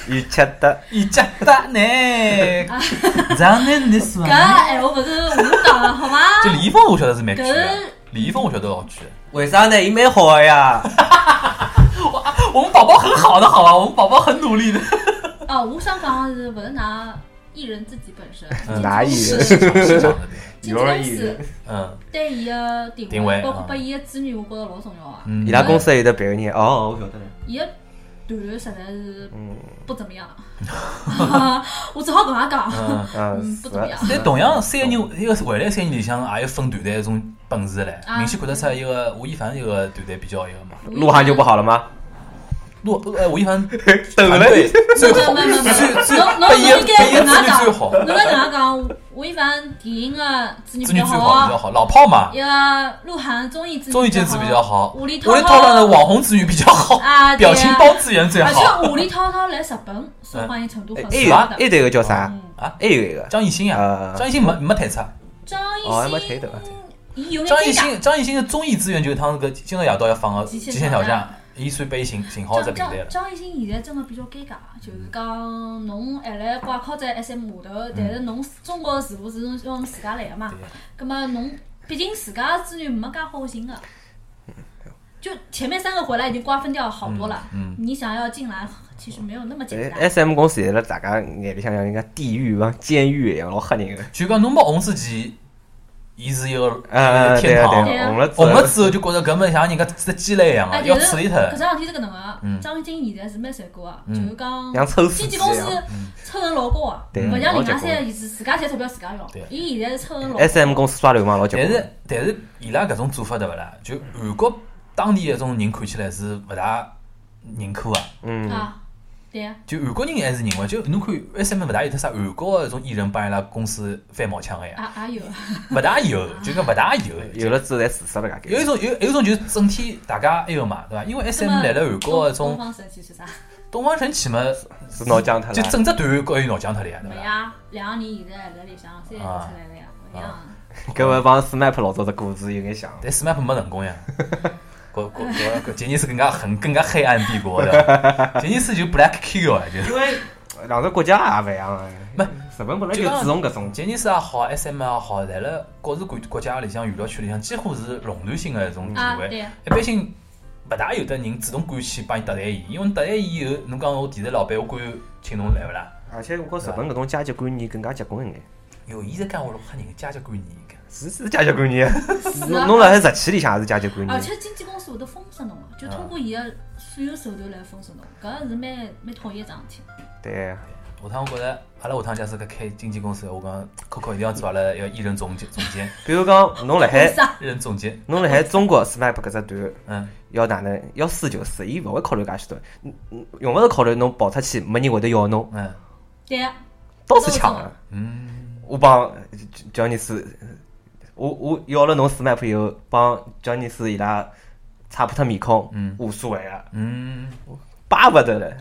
Speaker 5: 预期的，
Speaker 2: 一家大呢，咱们你说
Speaker 4: 搿哎，我勿是我讲啊了好 伐？
Speaker 2: 就李易峰，我晓得是蛮
Speaker 4: 搿
Speaker 2: 贵的。李易峰我晓得老贵的。
Speaker 5: 为啥呢？伊蛮好的呀，
Speaker 2: 我们宝宝很好的，好吧，我们宝宝很努力的。
Speaker 4: 哦，我想讲的是，勿是拿艺人自己本身，
Speaker 2: 嗯
Speaker 5: 拿艺人
Speaker 2: 市场市场的对
Speaker 4: 经纪
Speaker 5: 有而
Speaker 4: 公
Speaker 5: 已
Speaker 4: 司
Speaker 2: 嗯
Speaker 4: 对伊个定
Speaker 2: 定位
Speaker 4: 位，包括
Speaker 2: 嗯
Speaker 4: 拨伊个资源，我觉着老重要啊。
Speaker 2: 嗯，
Speaker 5: 哦伊拉公司有得别个人，哦，我晓得了。
Speaker 4: 伊个段实在是
Speaker 5: 嗯
Speaker 4: 不怎 么样，我只好搿样讲，
Speaker 2: 嗯，
Speaker 5: 嗯，
Speaker 4: 嗯
Speaker 5: 是
Speaker 4: 不怎么
Speaker 5: 的
Speaker 4: 样，
Speaker 5: 是
Speaker 2: 但
Speaker 5: 的
Speaker 2: 同样三个人，一个回来三个人里向也有分团队的一种本事嘞，
Speaker 4: 啊
Speaker 2: 明显看得出来一个吴亦凡一个团队比较一个嘛，
Speaker 5: 鹿晗就不好 了吗？
Speaker 2: 陆呃吴亦凡
Speaker 5: 抖
Speaker 2: 团
Speaker 5: 了，
Speaker 2: 队最
Speaker 4: 没
Speaker 2: 好，
Speaker 4: 没没没
Speaker 2: 最最
Speaker 4: 侬侬
Speaker 2: 被伊
Speaker 4: 侬应该
Speaker 2: 被伊
Speaker 4: 搿能
Speaker 2: 资
Speaker 4: 样
Speaker 2: 历
Speaker 4: 讲
Speaker 2: 最好，
Speaker 4: 侬该搿能样讲，吴亦凡电影个子女
Speaker 2: 资
Speaker 4: 比
Speaker 2: 历
Speaker 4: 较
Speaker 2: 最好比较
Speaker 4: 好，
Speaker 2: 好，老炮嘛
Speaker 4: 一，个鹿晗综艺子
Speaker 2: 综
Speaker 4: 女
Speaker 2: 艺节制比较好，
Speaker 4: 无
Speaker 2: 无
Speaker 4: 厘
Speaker 2: 厘
Speaker 4: 头
Speaker 2: 头
Speaker 4: 头
Speaker 2: 浪的网红资源比较好，
Speaker 4: 啊，对
Speaker 2: 表
Speaker 4: 啊
Speaker 2: 情包资源最
Speaker 4: 而
Speaker 2: 好，
Speaker 4: 且无厘头头来日本受欢迎程度
Speaker 2: 哎
Speaker 4: 很
Speaker 5: 还有
Speaker 4: 高
Speaker 5: 还
Speaker 4: 的。
Speaker 5: 有一哎个叫啥？
Speaker 4: 哦
Speaker 5: 哎
Speaker 2: 啊
Speaker 5: 还有一个
Speaker 2: 张艺兴呀
Speaker 5: 呃，
Speaker 2: 张艺兴没没退出，
Speaker 4: 张
Speaker 5: 哦，还没
Speaker 4: 艺
Speaker 5: 推
Speaker 4: 兴，
Speaker 5: 对吧？
Speaker 4: 伊有眼
Speaker 2: 张艺
Speaker 4: 尴尬
Speaker 2: 兴张艺兴的综艺资源就是他那个今朝夜到要放个《
Speaker 4: 极
Speaker 2: 极
Speaker 4: 限
Speaker 2: 限
Speaker 4: 挑
Speaker 2: 挑
Speaker 4: 战
Speaker 2: 战》，伊算被寻寻好
Speaker 4: 张
Speaker 2: 只平台
Speaker 4: 张
Speaker 2: 了。
Speaker 4: 张艺兴现在真的比较尴尬，就是讲侬还来挂靠在 SM 下头，但是侬中国的市场是侬要侬自家来的嘛
Speaker 2: 对。
Speaker 4: 葛么侬毕竟自家的资源没介好寻个，就前面三个回来已经瓜分掉好多了，
Speaker 2: 嗯
Speaker 4: 你想要进来其实没有那么简单。
Speaker 5: 哎 S M 公司现在大家眼里向像人家地狱帮监狱一样，老吓人的。
Speaker 2: 就讲侬没红之前，伊是一个
Speaker 5: 呃，对
Speaker 2: 天
Speaker 5: 啊
Speaker 2: 堂
Speaker 5: 对，
Speaker 4: 啊
Speaker 5: 啊，红了之后
Speaker 2: 红了之后就觉着搿么像人家吃鸡肋一样
Speaker 4: 哎，
Speaker 2: 啊，
Speaker 4: 但
Speaker 2: 要
Speaker 4: 是
Speaker 2: 处理
Speaker 4: 搿
Speaker 2: 脱。
Speaker 4: 桩事体是搿能个，啊
Speaker 2: 嗯
Speaker 4: 张艺兴现在是蛮残酷啊个，就
Speaker 2: 嗯
Speaker 4: 是讲
Speaker 5: 像抽死
Speaker 4: 经纪
Speaker 5: 鸡一
Speaker 4: 公司
Speaker 5: 样。
Speaker 4: 抽成老高个，
Speaker 5: 对
Speaker 4: 啊勿像
Speaker 5: 老
Speaker 4: 人
Speaker 5: 结
Speaker 4: 家
Speaker 5: 棍
Speaker 4: 三个，伊是自家赚钞票自家用
Speaker 2: 对。
Speaker 4: 伊现在是抽成老高。
Speaker 5: S M 公司耍流氓老结
Speaker 2: 但
Speaker 5: 棍。
Speaker 2: 是但是伊拉搿种做法对勿啦？就韩国当地一种人看起来是勿大认可个。
Speaker 5: 嗯，
Speaker 4: 啊，对呀，
Speaker 2: 就韩国人还是认为，就侬看 S M 勿大有得啥韩国个一种艺人帮伊拉公司翻毛腔个 呀，
Speaker 4: 也啊也有。
Speaker 2: 勿大有，就讲勿大 有。
Speaker 5: 有了之后才自杀了，大概。
Speaker 2: 有一种有有一种就是整体大家埃个嘛，对伐？因为 S
Speaker 4: 那
Speaker 2: M
Speaker 4: 么
Speaker 2: 来了韩国个
Speaker 4: 东
Speaker 2: 种
Speaker 4: 方神起啊是啥？
Speaker 2: 东方神起嘛，
Speaker 5: 是脑浆脱
Speaker 2: 就
Speaker 5: 了。
Speaker 2: 整只团搞伊闹僵脱了呀，对
Speaker 4: 没
Speaker 2: 伐？
Speaker 4: 呀，两个人现在还在里向，三个人出来了呀，一样啊。
Speaker 5: 搿勿帮 SMAP 老早的故事有眼像。
Speaker 2: 但 SMAP 没成功呀。搿搿搿搿杰尼斯更加很更加黑暗帝国的，杰尼斯就 Black Q 啊，就是
Speaker 5: 因为两个国家也勿一样啊。
Speaker 2: 没
Speaker 5: 日本本来就
Speaker 2: 就嗯
Speaker 5: 注重搿种。
Speaker 2: 杰尼斯也好，S M 也好，在了各自国国家里向娱乐圈里向，几乎是垄断性的一种地
Speaker 4: 啊，对
Speaker 2: 位。
Speaker 4: 呀，
Speaker 2: 一般性勿大有得人主动敢去帮伊搭台伊，因为搭台伊以后，侬讲我电视老板，我敢请侬来勿啦？
Speaker 5: 而且我觉日本搿种阶级观念更加结棍一眼。
Speaker 2: 哟，伊是讲我老吓人个阶级观念，应该。
Speaker 5: 是是阶级观念，
Speaker 4: 是
Speaker 5: 侬
Speaker 4: 啊
Speaker 5: 侬辣海日企里向也是阶级观
Speaker 4: 而
Speaker 5: 念。
Speaker 4: 且啊经纪公司会得封杀侬
Speaker 2: 嗯
Speaker 4: 嘛，就通过伊个所有手段来封杀侬，搿是蛮蛮讨厌一桩事体。
Speaker 5: 对，啊
Speaker 2: 下趟我觉着，阿拉下趟假使搿开经纪公司，我讲 Coco 一定要做阿拉一个艺人总监，总监，
Speaker 5: 比如讲侬辣
Speaker 4: 为
Speaker 5: 海
Speaker 4: 啥？
Speaker 2: 艺人总监，
Speaker 5: 侬辣海中国 SMAP 搿只团。
Speaker 2: 嗯，
Speaker 5: 要哪能要试就试，伊勿会考虑介许多，嗯嗯用勿着考虑侬跑出去没人会得要侬，
Speaker 2: 嗯，
Speaker 4: 对啊呀，
Speaker 5: 到处抢啊！
Speaker 2: 嗯，
Speaker 5: 我帮乔尼斯，我我要了侬 SMAP 以后，帮乔尼斯伊拉擦破脱面孔，
Speaker 2: 嗯
Speaker 5: 无所谓了，
Speaker 2: 嗯，
Speaker 5: 巴勿得了。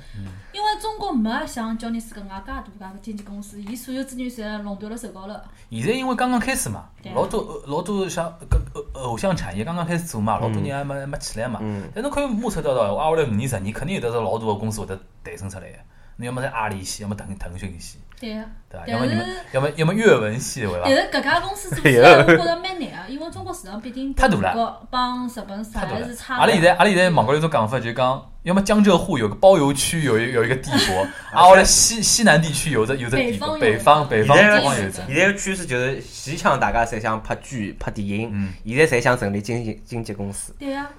Speaker 4: 因为中国没像乔尼斯搿能介介大家个经纪公司，伊所有资源侪垄断了手高头。
Speaker 2: 现在因为刚刚开始嘛
Speaker 4: 对，
Speaker 2: 老多老多像搿偶偶像产业刚刚开始做嘛，老多人还没还没起来嘛，
Speaker 5: 嗯
Speaker 2: 但侬可以目测得到，啊挨下来五年十年肯定有得是老大的公司会得诞生出来的，侬要么是阿里系，要么腾腾讯系，
Speaker 4: 对呀，
Speaker 2: 对伐？
Speaker 4: 但
Speaker 2: 要么你们
Speaker 4: 是，
Speaker 2: 要么要么阅文系，对伐
Speaker 4: 但？是搿家公司做起来，我觉着蛮难个，啊因为中国市场毕竟
Speaker 2: 太大了
Speaker 4: 中国帮日本实
Speaker 2: 太多
Speaker 4: 在
Speaker 2: 了
Speaker 4: 是。差
Speaker 2: 阿拉现
Speaker 4: 了。
Speaker 2: 在阿拉现在网高头有种讲法，就是讲，要么江浙沪有个包邮区，有一有一个帝 国，啊，后来西西南地区有着有着帝国，
Speaker 4: 北
Speaker 2: 北
Speaker 4: 方有
Speaker 2: 方北方
Speaker 5: 现在
Speaker 2: 地方有着。
Speaker 5: 现在个趋势就是，前腔大家侪想拍剧、拍电影
Speaker 2: 嗯，
Speaker 5: 现在侪想成立经纪经纪公司，
Speaker 4: 对啊呀。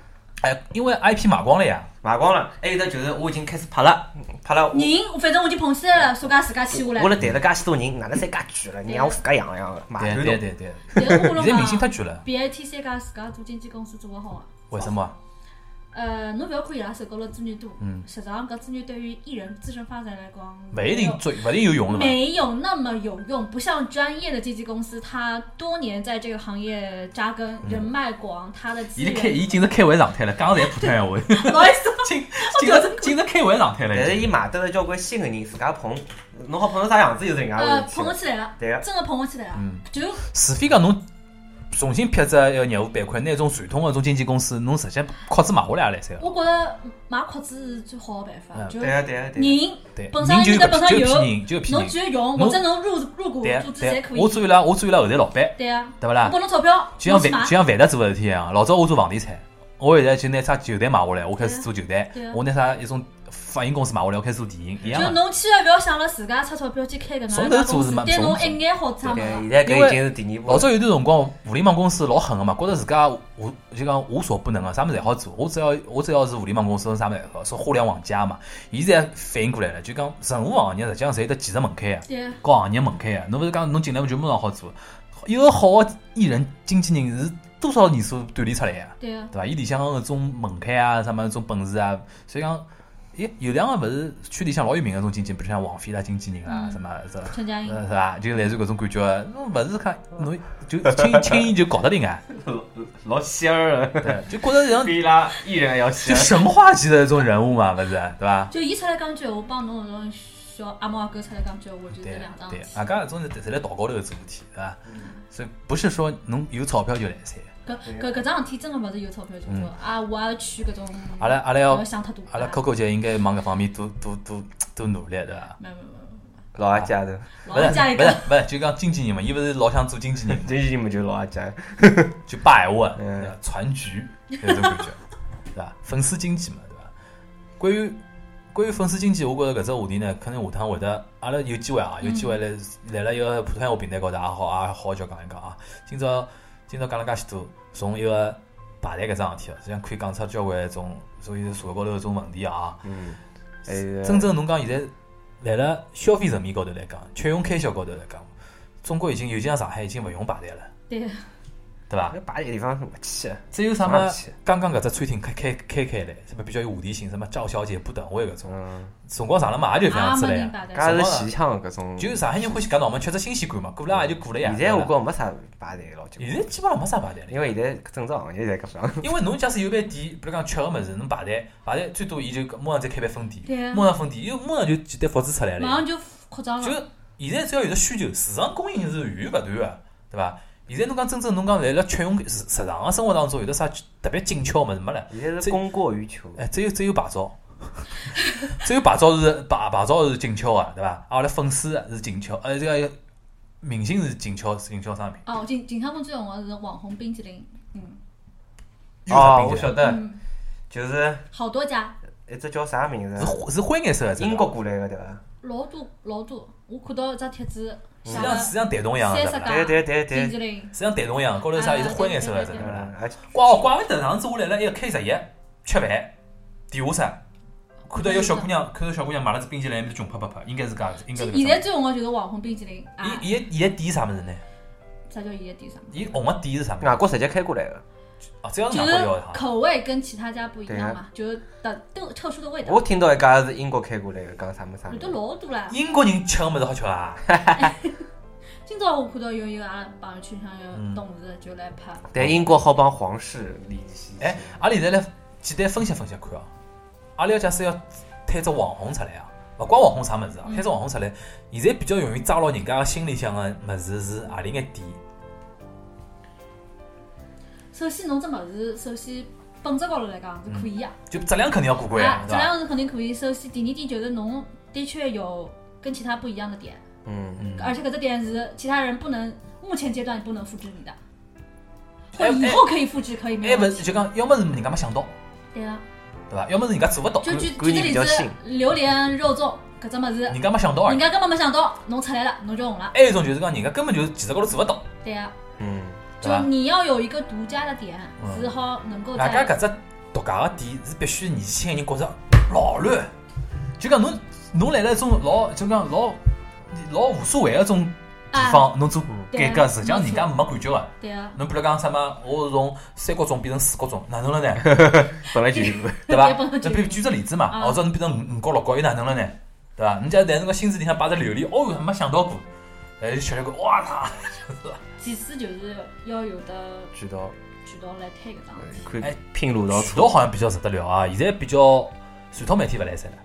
Speaker 2: 哎，因为 IP 买光了呀，
Speaker 5: 卖光了。还有得就是我已经开始拍了，拍了我。
Speaker 4: 人，反正我已经捧起来了，暑假自家签下来
Speaker 5: 我。辣谈了介许多人，哪能侪介贵了？
Speaker 4: 对
Speaker 5: 让我自家养养的，买
Speaker 2: 对
Speaker 5: 盘
Speaker 2: 对
Speaker 5: 弄。
Speaker 2: 对对，现
Speaker 4: 现在我
Speaker 2: 在
Speaker 4: 跟侬
Speaker 2: 明星太
Speaker 4: 讲
Speaker 2: 绝了，
Speaker 4: ，BAT 三家自家做经纪公司做勿好啊。
Speaker 2: 为什么啊？
Speaker 4: 呃，侬勿要看伊拉手高头资源多
Speaker 2: 嗯，
Speaker 4: 实际上搿资源对于艺人自身发展来讲，
Speaker 2: 不一定最不一定有用的嘛。
Speaker 4: 没有那么有用，不像专业的经纪公司，他多年在这个行业扎根，人脉广，他的资
Speaker 2: 伊
Speaker 4: 源。
Speaker 2: 开伊进入开会状态了，讲的侪普通闲话，
Speaker 4: 不好意思，
Speaker 2: 进进入进入开会状态了
Speaker 5: 但是
Speaker 2: 已
Speaker 5: 伊
Speaker 2: 经。
Speaker 5: 买得了交关新的人，自家捧，侬好捧成啥样子又是人家啊
Speaker 4: 呃，
Speaker 5: 的事
Speaker 4: 捧得
Speaker 5: 体了。
Speaker 4: 起来了，
Speaker 5: 对个，啊
Speaker 4: 真的捧得起来了
Speaker 2: 嗯，
Speaker 4: 就
Speaker 2: 除非讲侬重新撇只一个业务板块，拿一种传统的一种经纪公司，侬直接壳子买下来也来塞了。
Speaker 4: 我觉着买壳子是最好的办法，
Speaker 2: 嗯
Speaker 4: 就
Speaker 5: 对个，对个，啊对个。
Speaker 4: 人
Speaker 2: 对，
Speaker 4: 本身
Speaker 2: 人就
Speaker 4: 人家本身
Speaker 2: 有
Speaker 4: 有
Speaker 2: 就一批人，就一批
Speaker 4: 侬
Speaker 2: 人
Speaker 4: 只。要用，
Speaker 2: 侬
Speaker 4: 或者侬入入股
Speaker 2: 对啊
Speaker 4: 注资
Speaker 2: 对
Speaker 4: 侪可，
Speaker 2: 我
Speaker 4: 以。
Speaker 2: 做伊拉，我做伊拉后台老板，
Speaker 4: 对啊，
Speaker 2: 对不啦
Speaker 4: 我拨侬钞票，
Speaker 2: 就像范
Speaker 4: 侬去买
Speaker 2: 就像范达做个事体一样，老早我做房地产，我现在就拿啥球队买下来，我开始做球队
Speaker 4: 对啊，
Speaker 2: 我拿啥一种发行公司买下来，我开始做电影一样啊
Speaker 4: 就
Speaker 2: 嘛。
Speaker 4: 侬千万不要想了自家出钞票去开搿能
Speaker 2: 从
Speaker 4: 介
Speaker 2: 头
Speaker 4: 公
Speaker 2: 做
Speaker 4: 司
Speaker 2: 是嘛，
Speaker 4: 对侬
Speaker 2: 从
Speaker 4: 一眼好处也没有。
Speaker 5: 对，现在
Speaker 2: 因
Speaker 5: 搿
Speaker 2: 为
Speaker 5: 已经是第二
Speaker 2: 老
Speaker 5: 部，
Speaker 2: 早有段辰光，互联网公司老狠个嘛，觉着自家无就讲无所不能个，啥物事侪好做。我只要我只要是互联网公司，啥物事侪好，说互联网加嘛。现在反应过来了，就讲任何行业实际上侪有得技术门槛个。
Speaker 4: 对，啊
Speaker 2: 高行业门槛个。侬勿是讲侬进来就马上好做，一个好个艺人经纪人是多少年数锻炼出来个，
Speaker 4: 对啊，
Speaker 2: 对伐？伊里向个种门槛啊，啥么种本事啊，所以讲，咦，有两个勿是圈里向老有名个种经纪人，比如像王菲啦、经纪人啦，
Speaker 4: 嗯
Speaker 2: 什么是吧？
Speaker 4: 陈佳
Speaker 2: 呃
Speaker 4: 英，
Speaker 2: 是伐？就类似搿种感觉的，侬勿是看侬就轻 轻易就搞得定啊，
Speaker 3: 老仙儿的，
Speaker 2: 对，就觉得 像
Speaker 3: 比伊拉艺人还要
Speaker 2: 就
Speaker 3: 仙。
Speaker 2: 神话级的一种人物嘛，勿 是，对伐？
Speaker 4: 就伊出来讲句闲话，帮侬搿种小阿猫阿狗出来讲句闲话，就是
Speaker 2: 对
Speaker 4: 两档
Speaker 2: 对，啊
Speaker 4: 子。
Speaker 2: 阿家搿种是侪辣道高头做事体，对伐？
Speaker 4: 嗯
Speaker 2: 所以不是说侬有钞票就来塞，
Speaker 4: 搿搿搿桩事体真个勿是有钞票就做，
Speaker 2: 嗯
Speaker 4: 啊，我也去搿种，
Speaker 2: 阿拉阿拉
Speaker 4: 勿
Speaker 2: 要
Speaker 4: 要嗯想太嗯多。
Speaker 2: 哎阿拉 Coco 姐应该往搿方面多多多多努力，对伐？
Speaker 4: 没没没，
Speaker 5: 老阿姐的，
Speaker 2: 勿是
Speaker 4: 没老家一
Speaker 2: 勿
Speaker 4: 个
Speaker 2: 是勿是，就讲经纪人嘛，伊勿是老想做经纪人，
Speaker 5: 经纪人嘛就是老阿姐，
Speaker 2: 就摆闲话，
Speaker 5: 嗯
Speaker 2: 对伐传局那种感觉， 对伐？粉丝经济嘛，对伐？关于关于粉丝经济，我觉着搿只话题呢，可能下趟会得，阿拉有机会啊，有机会来来了一个普通闲话平台高头也好，也好好叫讲一讲啊。今朝今朝讲了介许多，从一个排队搿桩事体哦，实际上可以讲出交关种，所以社会高头搿种问题啊。
Speaker 5: 嗯，还有
Speaker 2: 真正侬讲现在，辣辣消费层面高头来讲，吃用开销高头来讲，中国已经，尤其像上海已经勿用排队了，
Speaker 4: 对，
Speaker 2: 对伐？
Speaker 5: 那摆地方是勿去的，
Speaker 2: 只有啥么
Speaker 5: 上去
Speaker 2: 刚刚搿只餐厅开开开开来，什么比较有话题性，什么赵小姐不等位搿种，
Speaker 5: 嗯，
Speaker 2: 辰光长了嘛也就搿样
Speaker 4: 也
Speaker 2: 子
Speaker 4: 没
Speaker 2: 了呀。
Speaker 4: 人排队。
Speaker 5: 搿也是前腔搿种，
Speaker 2: 就是上海人欢喜搿脑门吃只新鲜感嘛，过了也就过了呀。
Speaker 5: 现在我
Speaker 2: 对伐
Speaker 5: 觉没啥排队老久，
Speaker 2: 现在基本上没啥排 队了，
Speaker 5: 因为现在整只行业侪 搿样，
Speaker 2: 因为侬假使有爿店，比如讲吃个物事，侬排队排队最多伊就马上再开爿分
Speaker 4: 对
Speaker 2: 店，
Speaker 4: 啊
Speaker 2: 马上分店，又马上就几单复制出来了
Speaker 4: 马
Speaker 2: 呀。
Speaker 4: 上就扩张
Speaker 2: 就
Speaker 4: 了，
Speaker 2: 现在只要有得需求，市场供应是源源不断个，对伐？现在侬讲真正侬讲来辣吃用日日常个啊生活当中有得啥特别紧俏个物事没了？
Speaker 5: 现在
Speaker 2: 这
Speaker 5: 是供过于求，
Speaker 2: 哎，只有只有牌照， 只有牌照是牌牌照是紧俏个，对伐？阿拉粉丝是紧俏，呃，这个明星是紧俏，是紧俏商品。
Speaker 4: 哦，近近趟们最红个是网红冰淇淋，嗯
Speaker 5: 哦，我晓得，
Speaker 4: 嗯，
Speaker 5: 就是
Speaker 4: 好多家，
Speaker 5: 一只叫啥名
Speaker 2: 是
Speaker 5: 字，
Speaker 2: 灰是灰颜色个，
Speaker 5: 英国过来的对伐？
Speaker 4: 老多老多，我看到一只帖子，
Speaker 2: 实
Speaker 4: 写
Speaker 2: 际上实际
Speaker 4: 个
Speaker 2: 上蛋筒一样个，对
Speaker 4: 三十
Speaker 2: 伐？
Speaker 4: 家
Speaker 5: 对对对
Speaker 4: 冰淇
Speaker 5: 对，
Speaker 4: 淋，
Speaker 2: 实际上蛋筒一样，高头啥
Speaker 4: 嗯啊
Speaker 2: 也是灰颜色个，
Speaker 4: 对
Speaker 2: 对
Speaker 4: 对
Speaker 2: 伐？
Speaker 5: 嗯，而且
Speaker 2: 怪哦怪勿得上次我来了一个 K 十一吃饭，点下啥？看到一个小姑娘，看到小姑娘买了只冰淇淋，面穷啪啪啪，应该是搿，应该是搿
Speaker 4: 现在
Speaker 2: 样。
Speaker 4: 最红个就是网红冰淇淋啊，
Speaker 2: 伊伊伊点啥物事呢？
Speaker 4: 啥叫现在第三？
Speaker 2: 伊红个点是啥物事？
Speaker 5: 外国直接开过来的。
Speaker 2: 哦，只要是
Speaker 4: 就
Speaker 2: 外
Speaker 4: 是
Speaker 2: 国要的哈。
Speaker 4: 口味跟其他家不一样嘛，就是特特特殊的味道
Speaker 5: 我。听到一家是英国开过来的，讲啥么啥
Speaker 4: 有
Speaker 5: 么
Speaker 4: 的，老多啦，
Speaker 2: 英国人吃个物事好吃啊？
Speaker 4: 今朝我看到有一个阿拉朋友圈上有同事就来拍，
Speaker 5: 但英国好帮皇室联系。
Speaker 2: 哎，阿拉现在来简单分析分析看啊。阿拉要假使要推只网红出来啊，勿怪网红啥物事啊，
Speaker 4: 嗯
Speaker 2: 推只网红出来，现在比较容易抓牢人家个心里向个物事是何里眼点？
Speaker 4: 首先侬只物事，首先本质高头来讲是可以啊，
Speaker 2: 就质量肯定要过关啊，，
Speaker 4: 啊质
Speaker 2: 对伐？
Speaker 4: 量是肯定可以。首先第二点就是侬的确有跟其他不一样的点，
Speaker 5: 嗯，
Speaker 2: 嗯
Speaker 4: 而且搿只点是其他人不能，目前阶段不能复制你的，
Speaker 2: 哎
Speaker 4: 或以后可以复制，可以没
Speaker 2: 还
Speaker 4: 有
Speaker 2: 勿
Speaker 4: 问
Speaker 2: 是
Speaker 4: 题。
Speaker 2: 就讲，要么是人家没想到，
Speaker 4: 对啊，
Speaker 2: 对伐？要么是人家做勿到，
Speaker 4: 就举举
Speaker 5: 观
Speaker 4: 个
Speaker 5: 念比
Speaker 4: 例
Speaker 5: 较
Speaker 4: 子
Speaker 5: 新，
Speaker 4: 榴莲肉粽搿只物事，
Speaker 2: 人家没想到而
Speaker 4: 人
Speaker 2: 已。
Speaker 4: 家根本没想到侬出来了，侬就红了。
Speaker 2: 还有一种就是讲，人家根本就技术高头做勿到，
Speaker 4: 对啊，
Speaker 5: 嗯，
Speaker 2: 对
Speaker 4: 就
Speaker 2: 伐？
Speaker 4: 你要有一个独家的点，
Speaker 2: 嗯
Speaker 4: 只好能够
Speaker 2: 外加
Speaker 4: 在
Speaker 2: 搿只独家个点是必须年轻个人觉着老乱，就讲侬侬来了一种老就讲老老无所谓个种地方，侬做改革，实际上人家没感觉个。
Speaker 4: 啊对啊，
Speaker 2: 侬比如讲什么，我是从三角钟变成四角钟，哪能了呢？
Speaker 5: 本来 就是，
Speaker 2: 对伐
Speaker 4: 也不能？
Speaker 2: 那
Speaker 4: 举
Speaker 2: 比举只例子嘛，
Speaker 4: 啊
Speaker 2: 或者侬变成五五角六角又哪能了呢？对伐？人家但是个心思里向摆只榴莲，哦哟，没想到过，哎，吃了个哇他，
Speaker 4: 其次就是要有的
Speaker 5: 渠道，
Speaker 4: 渠道来推搿
Speaker 5: 哎
Speaker 4: 桩事体。
Speaker 5: 看拼路道
Speaker 2: 渠
Speaker 5: 车
Speaker 2: 道，好像比较值得聊啊。现在比较传统媒体勿来塞了，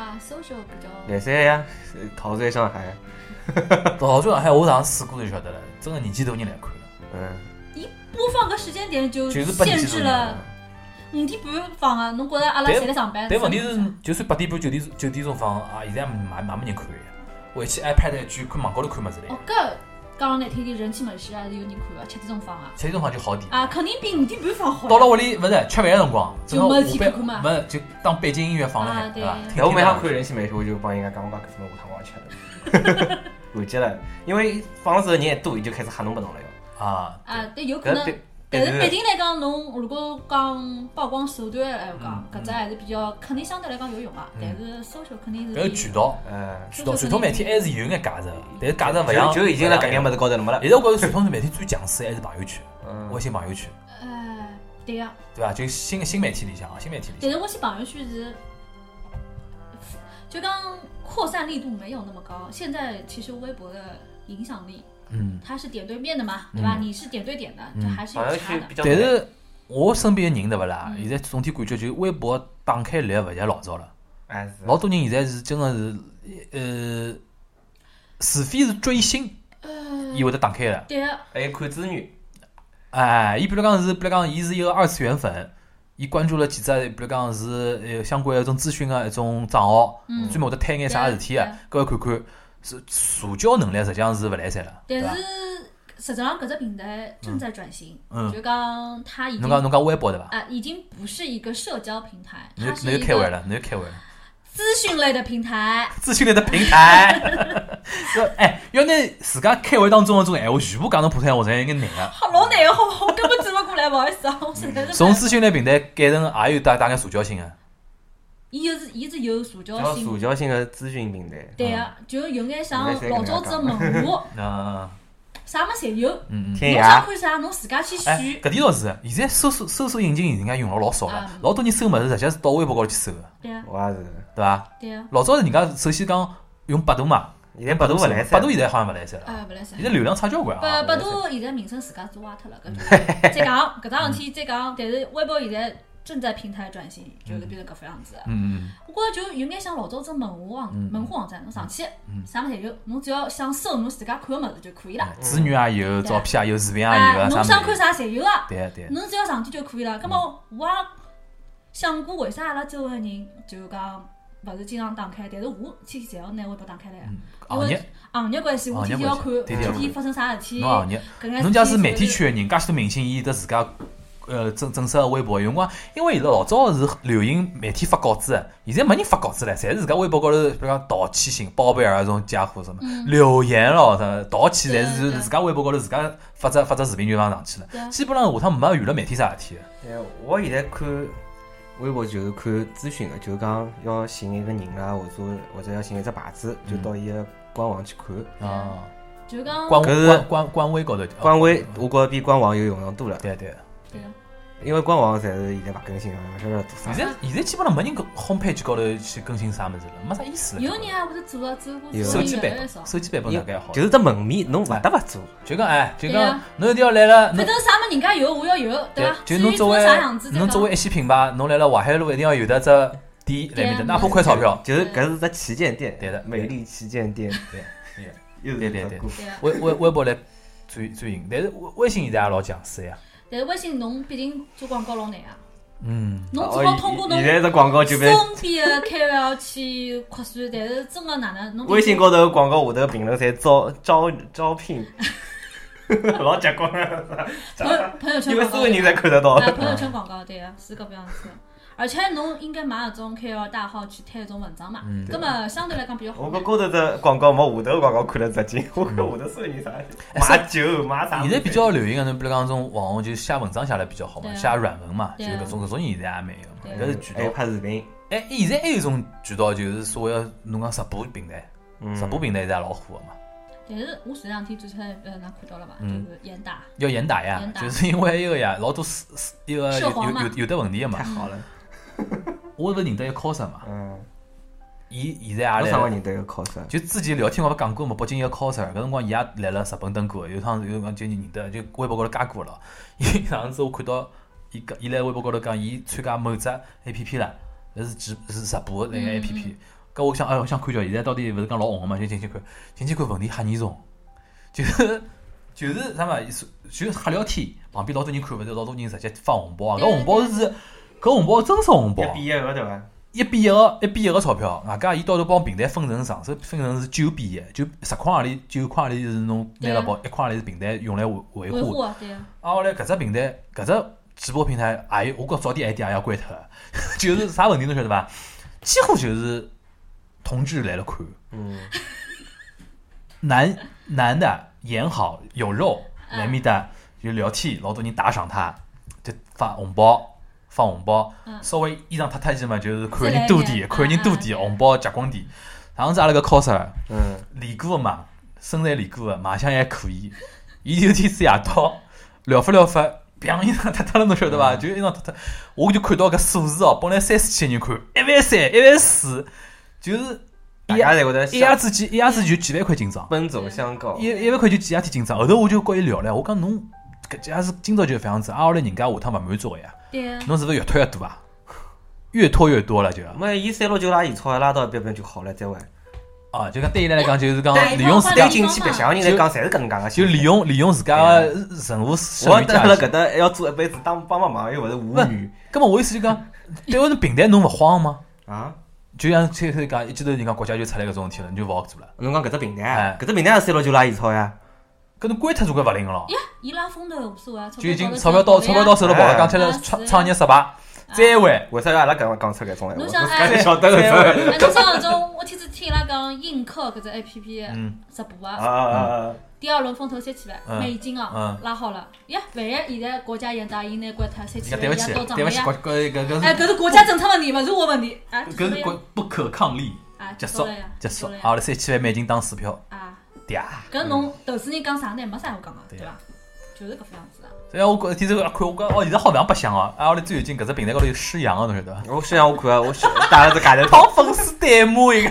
Speaker 4: 啊，social 比较
Speaker 5: 来塞呀，陶醉上海，
Speaker 2: 老早上海，我上次试过就晓得了，真个年纪大人来看了。
Speaker 5: 嗯，
Speaker 4: 播放个时间点就
Speaker 2: 就是八点
Speaker 4: 限
Speaker 2: 钟
Speaker 4: 制了五点半放啊，侬觉着阿拉
Speaker 2: 但
Speaker 4: 谁来上班？
Speaker 2: 但问题是，就算八点半、九点九点钟放啊，现在也没没没人看的。回去 iPad 一举，看网高头看么子嘞
Speaker 4: 哦，。搿讲了难听点，人气门市还是有人看的，吃这种方啊，
Speaker 2: 吃一顿饭就好点。
Speaker 4: 啊，肯定比五点半放好。
Speaker 2: 到了屋里勿是吃饭个辰光，正好
Speaker 4: 就没事体
Speaker 2: 下班
Speaker 4: 看嘛
Speaker 2: 没就当背景音乐放了海，
Speaker 4: 啊
Speaker 2: 对伐？ 听
Speaker 4: 对
Speaker 5: 但哎我每趟
Speaker 2: 听
Speaker 5: 看人气美食，我就帮人家讲，我讲搿种下趟我要吃了， 完结了。因为放的时候人一多，伊就开始吓侬不侬了哟。
Speaker 2: 啊，
Speaker 4: 啊，但有可
Speaker 5: 搿
Speaker 4: 能。
Speaker 5: 对
Speaker 4: 但是毕
Speaker 5: 对
Speaker 4: 竟来讲，侬如果讲曝光手段来
Speaker 2: 嗯
Speaker 4: 讲，搿只还是比较肯定相对来讲有用啊。但是 social 肯定是
Speaker 2: 搿个
Speaker 4: 比
Speaker 2: 渠道
Speaker 5: 呃，
Speaker 2: 渠道传统媒体还是有眼价值的，但是价值勿像
Speaker 5: 就就已经辣搿眼物
Speaker 2: 物
Speaker 5: 事高头了没了
Speaker 2: 现。在我觉着传统媒体最强势还是朋友圈，
Speaker 5: 嗯
Speaker 2: 微信朋友圈，
Speaker 4: 呃，对呀、
Speaker 2: 对伐？就新新媒体里向啊，新媒体里
Speaker 4: 但
Speaker 2: 向
Speaker 4: 是我去朋友圈是，就刚扩散力度没有那么高。现在其实微博的影响力，
Speaker 2: 嗯，
Speaker 4: 它是点对面的嘛，对吧？
Speaker 2: 嗯
Speaker 4: 你是点对点的，
Speaker 2: 嗯
Speaker 4: 这还是
Speaker 5: 朋
Speaker 4: 有
Speaker 5: 友
Speaker 4: 差
Speaker 5: 圈
Speaker 4: 的
Speaker 5: 比。较
Speaker 2: 但
Speaker 5: 难，
Speaker 2: 是我身边个人对勿啦？
Speaker 4: 嗯
Speaker 2: 现在总体感觉就是微博打开来勿像老早了，
Speaker 5: 哎是
Speaker 2: 老多人现在是真个是呃，除非是追星，
Speaker 4: 呃
Speaker 2: 伊会得打开了。
Speaker 4: 对啊，
Speaker 5: 还有看资源，
Speaker 2: 哎，伊比如讲是，比如讲，伊是一个二次元粉，伊关注了几只，比如讲是呃相关的一种资讯个一种账号，
Speaker 4: 嗯
Speaker 2: 专门会得推眼啥事体个
Speaker 4: 对啊，
Speaker 2: 各位看看，社社交能力实际上是勿来三了，对
Speaker 4: 但
Speaker 2: 伐？
Speaker 4: 是嗯实际上搿只平台正在转型，
Speaker 2: 嗯
Speaker 4: 就刚它已
Speaker 2: 侬
Speaker 4: 经
Speaker 2: 讲
Speaker 4: 啊、
Speaker 2: 侬讲微博对伐？
Speaker 4: 已经不是一个社交平台，
Speaker 2: 侬
Speaker 4: 它
Speaker 2: 又
Speaker 4: 是
Speaker 2: 侬
Speaker 4: 一
Speaker 2: 又开会
Speaker 4: 个
Speaker 2: 了，侬又开会了，
Speaker 4: 资讯类的平台。
Speaker 2: 资讯类的平台， 是哎，要拿自家开会当中的这种闲话全部讲成普通闲话，实在有眼难个。
Speaker 4: 好老难哦，我根本转不过来，不好意思啊，我实在
Speaker 2: 嗯
Speaker 4: 是。
Speaker 2: 从资讯类平台改成也有带带眼社交性个，啊
Speaker 4: 伊又是伊是有社交
Speaker 5: 叫
Speaker 4: 性
Speaker 5: 社交性的资讯平台。
Speaker 4: 对个、啊，就有眼像
Speaker 5: 应该是
Speaker 4: 老早子的文物，
Speaker 2: 嗯
Speaker 4: 啥么侪有，
Speaker 2: 嗯嗯。
Speaker 5: 天
Speaker 4: 侬想
Speaker 5: 涯，
Speaker 4: 看啥侬自家去
Speaker 2: 哎，
Speaker 4: 选。
Speaker 2: 搿点倒是，现在搜索搜索引擎人家用了老少了
Speaker 4: 嗯，
Speaker 2: 老多人搜物事，直接是到微博高头去搜个，
Speaker 4: 对啊，
Speaker 5: 我也是。
Speaker 2: 对伐？
Speaker 4: 对啊，
Speaker 2: 老早人家首先讲用百度嘛，
Speaker 5: 现在百度勿来
Speaker 2: 百度现在好像勿来塞了，
Speaker 4: 哎，勿来塞
Speaker 2: 现。在流量差交关
Speaker 4: 百
Speaker 2: 啊。
Speaker 4: 百度现在名声自家做啊挖脱了，搿就是再讲搿桩事体再讲，但是微博现在正在平台转型，就是变成搿副样子。
Speaker 2: 嗯
Speaker 4: 我觉着就有眼像老早子门户网
Speaker 2: 嗯
Speaker 4: 门户网站，侬上去啥物事侪有，侬只要想搜侬自家看个物事就可以了
Speaker 2: 嗯。，资源也有，照片也有，视频也有
Speaker 4: 哎，
Speaker 2: 啊，啥
Speaker 4: 侬
Speaker 2: 物
Speaker 4: 想看
Speaker 2: 事？
Speaker 4: 啥侪有啊。
Speaker 2: 对对，
Speaker 4: 侬只要上去就可以了。葛么我也想过为啥阿拉周围人就讲勿是经常打开，但是我天天侪要拿微博打开来，
Speaker 2: 嗯
Speaker 4: 因
Speaker 2: 行业
Speaker 4: 为行业关系，我天天要看
Speaker 2: 行业关系天天
Speaker 4: 天
Speaker 2: 要看
Speaker 4: 天发生啥事体。
Speaker 2: 侬行业，
Speaker 4: 搿眼
Speaker 2: 侬假使
Speaker 4: 事体
Speaker 2: 媒体圈的人，介许多明星，伊有得自家呃正正式的微博，有辰光因为伊拉老早是流行媒体发稿子的，现在没人发稿子了，侪是自家微博高头，比如讲道歉信、包贝尔这种家伙什么
Speaker 4: 嗯
Speaker 2: 留言咯，啥道歉，
Speaker 4: 对
Speaker 2: 侪是
Speaker 4: 对嗯
Speaker 2: 自家微博高头自家发只发只视频就放上去了
Speaker 4: 对，啊
Speaker 2: 基本上下趟没娱乐媒体啥事体了。
Speaker 5: 对，哎我现在看微博就是看资讯的，就是讲要寻一个人啊，或者或者要寻一只牌子，就到伊个官网去看。
Speaker 4: 嗯
Speaker 2: 啊，
Speaker 4: 就讲
Speaker 2: 官
Speaker 5: 搿是
Speaker 2: 官官官微高头，啊
Speaker 5: 官微我觉着比官网有用场多了，
Speaker 2: 对对，
Speaker 4: 对啊个，
Speaker 5: 因为官网侪是现在勿更新的，勿晓得做啥
Speaker 2: 现。在现在基本上没人 homepage 高头去更新啥物事了，没啥意思了。
Speaker 4: 有人还会得做啊，只不过
Speaker 5: 有
Speaker 2: 手
Speaker 4: 做
Speaker 2: 机
Speaker 4: 的人越来
Speaker 2: 版
Speaker 4: 越少，。
Speaker 2: 手机版本大概好
Speaker 5: 就。是只门面，侬勿得勿做。
Speaker 2: 就讲哎，就
Speaker 4: 对
Speaker 2: 讲
Speaker 4: 啊
Speaker 2: 侬一定要来了，侬
Speaker 4: 反正啥么人家有，我要有，
Speaker 2: 对啊
Speaker 4: 伐？
Speaker 2: 就
Speaker 4: 啊至
Speaker 2: 侬
Speaker 4: 于
Speaker 2: 作
Speaker 4: 做
Speaker 2: 为
Speaker 4: 啥样子，再
Speaker 2: 侬作为
Speaker 4: 讲。
Speaker 2: 一线品牌，侬来了淮海路一定要有得只店来面的，
Speaker 4: 对啊
Speaker 2: 哪怕亏钞票。
Speaker 5: 就是搿是只旗舰店，
Speaker 2: 对的
Speaker 5: 美丽旗舰店，
Speaker 2: 对，
Speaker 5: 又是
Speaker 2: 对
Speaker 5: 一
Speaker 2: 对
Speaker 5: 只
Speaker 2: 对
Speaker 5: 故
Speaker 4: 对啊，
Speaker 2: 微微微博来最最赢，但是微微信现在也老强势呀。
Speaker 4: 但啊是微信侬毕竟做广告老难啊，
Speaker 2: 嗯，
Speaker 4: 侬只
Speaker 5: 哦
Speaker 4: 好通过侬
Speaker 5: 现在只广告就被
Speaker 4: 身边的 KOL 去扩散，但是真个哪 能侬
Speaker 5: 微信高头的广告下头评论侪招招招聘， 老结棍，
Speaker 4: 朋友朋友圈
Speaker 5: 因为
Speaker 4: 广
Speaker 5: 所
Speaker 4: 告
Speaker 5: 有人侪看得到。
Speaker 4: 啊，朋友圈广告对啊，是搿副样子。而且侬应该买搿种 KOL 大号去推搿种文章嘛，
Speaker 2: 嗯
Speaker 4: 葛么相对来讲比较好
Speaker 5: 我。觉高头只广告没下头的广告看了扎劲，我看下头所有人啥买酒买啥，
Speaker 2: 哎现在比较流行个，侬比如讲这种网红就写文章写得比较好嘛，
Speaker 4: 对啊
Speaker 2: 写软文嘛，就
Speaker 4: 对
Speaker 2: 是
Speaker 4: 啊
Speaker 2: 搿种搿种人现在也蛮有嘛，搿
Speaker 4: 对啊
Speaker 2: 是渠道
Speaker 5: 还有。拍嗯视频，
Speaker 2: 哎，现在还有一种渠道就是所谓的侬讲直播平台，
Speaker 5: 嗯
Speaker 2: 直播平台现在也老火个嘛，
Speaker 4: 但是我前两天最出来呃，㑚看到了伐？就
Speaker 2: 嗯
Speaker 4: 是严打，
Speaker 2: 要严打呀
Speaker 4: 严，打
Speaker 2: 就是因为一个呀，老多是是一个有
Speaker 4: 涉黄嘛
Speaker 2: 有有有得问题个嘛
Speaker 5: 太。好了。
Speaker 2: 我勿是认得一个 coser 嘛，
Speaker 5: 嗯，
Speaker 2: 伊现在啊也来
Speaker 5: 我上个人都有 cos，
Speaker 2: 就之前聊天我勿讲过嘛，北京一个 coser，搿辰光伊也来了日本蹲过，有趟有辰光就认得，就微博高头加过了。 伊上次我看到伊讲，伊来微博高头讲，伊参加某只 A P P 啦，搿是直是日播的那个 A P P。搿我想，哎，我想看叫现在到底勿是讲老红个嘛，就进去看，进去看问题很严重， 就是就是啥嘛，就是瞎聊天，旁边老多人看，勿是老多人直接发红包啊，搿红包是搿红包真是红包
Speaker 5: 要，毕业个对伐？
Speaker 2: 一比一个一比一个钞票，外加伊到头帮平台分成上手分成是九比一，就十块行钿九块钿是侬拿了跑，一块钿是平台用来维维
Speaker 4: 维护
Speaker 2: 护。
Speaker 4: 啊，对啊，
Speaker 2: 啊，后来搿只平台搿只直播平台，也有我觉早点还有一点也要关脱 的，就是啥问题侬晓得伐？几乎就是同志来了看，
Speaker 5: 嗯，
Speaker 2: 男男的演好有肉，
Speaker 4: 嗯
Speaker 2: 来面搭就聊天，老多人打赏他，就发红包，发红包，
Speaker 4: 嗯
Speaker 2: 稍微衣裳脱脱一些嘛，就是看
Speaker 4: 再来
Speaker 2: 人多
Speaker 4: 一
Speaker 2: 点，
Speaker 4: 点
Speaker 2: 看人
Speaker 4: 嗯
Speaker 2: 多
Speaker 4: 嗯
Speaker 2: 点，
Speaker 4: 对
Speaker 2: 红包结棍点。上次阿拉个 coser
Speaker 5: 嗯，
Speaker 2: 练过的嘛，身材练过的，卖相还可以，伊有天子夜到聊发聊发，砰衣裳脱脱了，侬晓得
Speaker 4: 嗯
Speaker 2: 伐？就衣裳脱脱，我就看到搿数字哦，本来三四千人看，一万三，一万四，就是
Speaker 5: 大家侪会得
Speaker 2: 一夜
Speaker 5: 相
Speaker 2: 之间，一夜之间就几万块进账。
Speaker 5: 奔走相告，
Speaker 2: 一一万块就几夜天进账。后头我就跟伊聊了，我讲侬搿家是今朝就搿样子，啊，后来人家下趟勿满足个呀，
Speaker 4: 对啊，
Speaker 2: 侬是勿是越拖越多啊？越拖越多了就
Speaker 5: 没伊三六九拉现钞拉到一边边就好了，再玩。
Speaker 2: 啊，就讲对伊拉来讲就是讲
Speaker 4: 对
Speaker 2: 利用自
Speaker 5: 对
Speaker 2: 家
Speaker 4: 对，
Speaker 5: 进去白相个人来讲，侪是搿能介个
Speaker 2: 就
Speaker 5: 心态。
Speaker 2: 利用利用自家个任何社
Speaker 5: 啊我
Speaker 2: 会
Speaker 5: 等
Speaker 2: 价
Speaker 5: 了
Speaker 2: 值。
Speaker 5: 搿搭还要做一辈子，当帮帮忙又勿是舞女
Speaker 2: 葛末我意思就讲，对我平台侬勿慌吗？
Speaker 5: 啊。
Speaker 2: 就像最后讲，一记头人家国家就出来搿种事体了，你就勿好做了。
Speaker 5: 侬讲搿只平台啊
Speaker 2: 哎，
Speaker 5: 搿只平台也三六九拉现钞呀，
Speaker 2: 搿侬关脱总归勿灵个咯，
Speaker 4: 伊拉风头无所谓啊，
Speaker 2: 就已经钞票到钞票到手了，跑
Speaker 5: 哎
Speaker 2: 了，讲起来创创业失败，再会。
Speaker 5: 为啥阿拉讲讲出搿种闲话？
Speaker 4: 侬
Speaker 5: 我
Speaker 4: 想
Speaker 5: 自
Speaker 4: 哎
Speaker 5: 家侪晓得搿
Speaker 2: 再
Speaker 5: 种。
Speaker 2: 会
Speaker 4: 哎，侬像搿种，我天天听伊拉讲映客搿只 A P P
Speaker 2: 嗯
Speaker 4: 直播
Speaker 5: 啊
Speaker 4: 啊，
Speaker 5: 啊啊啊！
Speaker 4: 第二轮风投三起来，
Speaker 2: 嗯
Speaker 4: 美金哦
Speaker 2: 嗯
Speaker 4: 拉好了，呀，万一现在国家严打，伊拿关脱三
Speaker 2: 人
Speaker 4: 起
Speaker 2: 家
Speaker 4: 来，
Speaker 2: 对
Speaker 4: 伊
Speaker 2: 勿起
Speaker 4: 也，到涨
Speaker 2: 对勿
Speaker 4: 了
Speaker 2: 起，
Speaker 4: 呀
Speaker 2: 国。搿搿搿
Speaker 4: 哎，
Speaker 2: 是
Speaker 4: 搿是国家政策问题，勿是我问题啊，
Speaker 2: 搿是
Speaker 4: 呀
Speaker 2: 国不可抗力。
Speaker 4: 啊，
Speaker 2: 结
Speaker 4: 晓
Speaker 2: 束
Speaker 4: 得呀，
Speaker 2: 结束啊
Speaker 4: 晓得，呀
Speaker 2: 阿拉三千万美金当水票，
Speaker 4: 啊，
Speaker 2: 嗲。
Speaker 4: 搿侬投资人讲啥呢？没啥好讲个，啊
Speaker 2: 对啊
Speaker 4: 对伐？就是搿副样子啊。
Speaker 2: 所以我觉天天看，我讲哦，现在好像白相哦，啊，阿拉最近搿只平台高头有施洋啊，侬晓 得伐？
Speaker 5: 我虽然我看啊，我是打了只假头套，
Speaker 2: 帮粉丝弹幕 一个，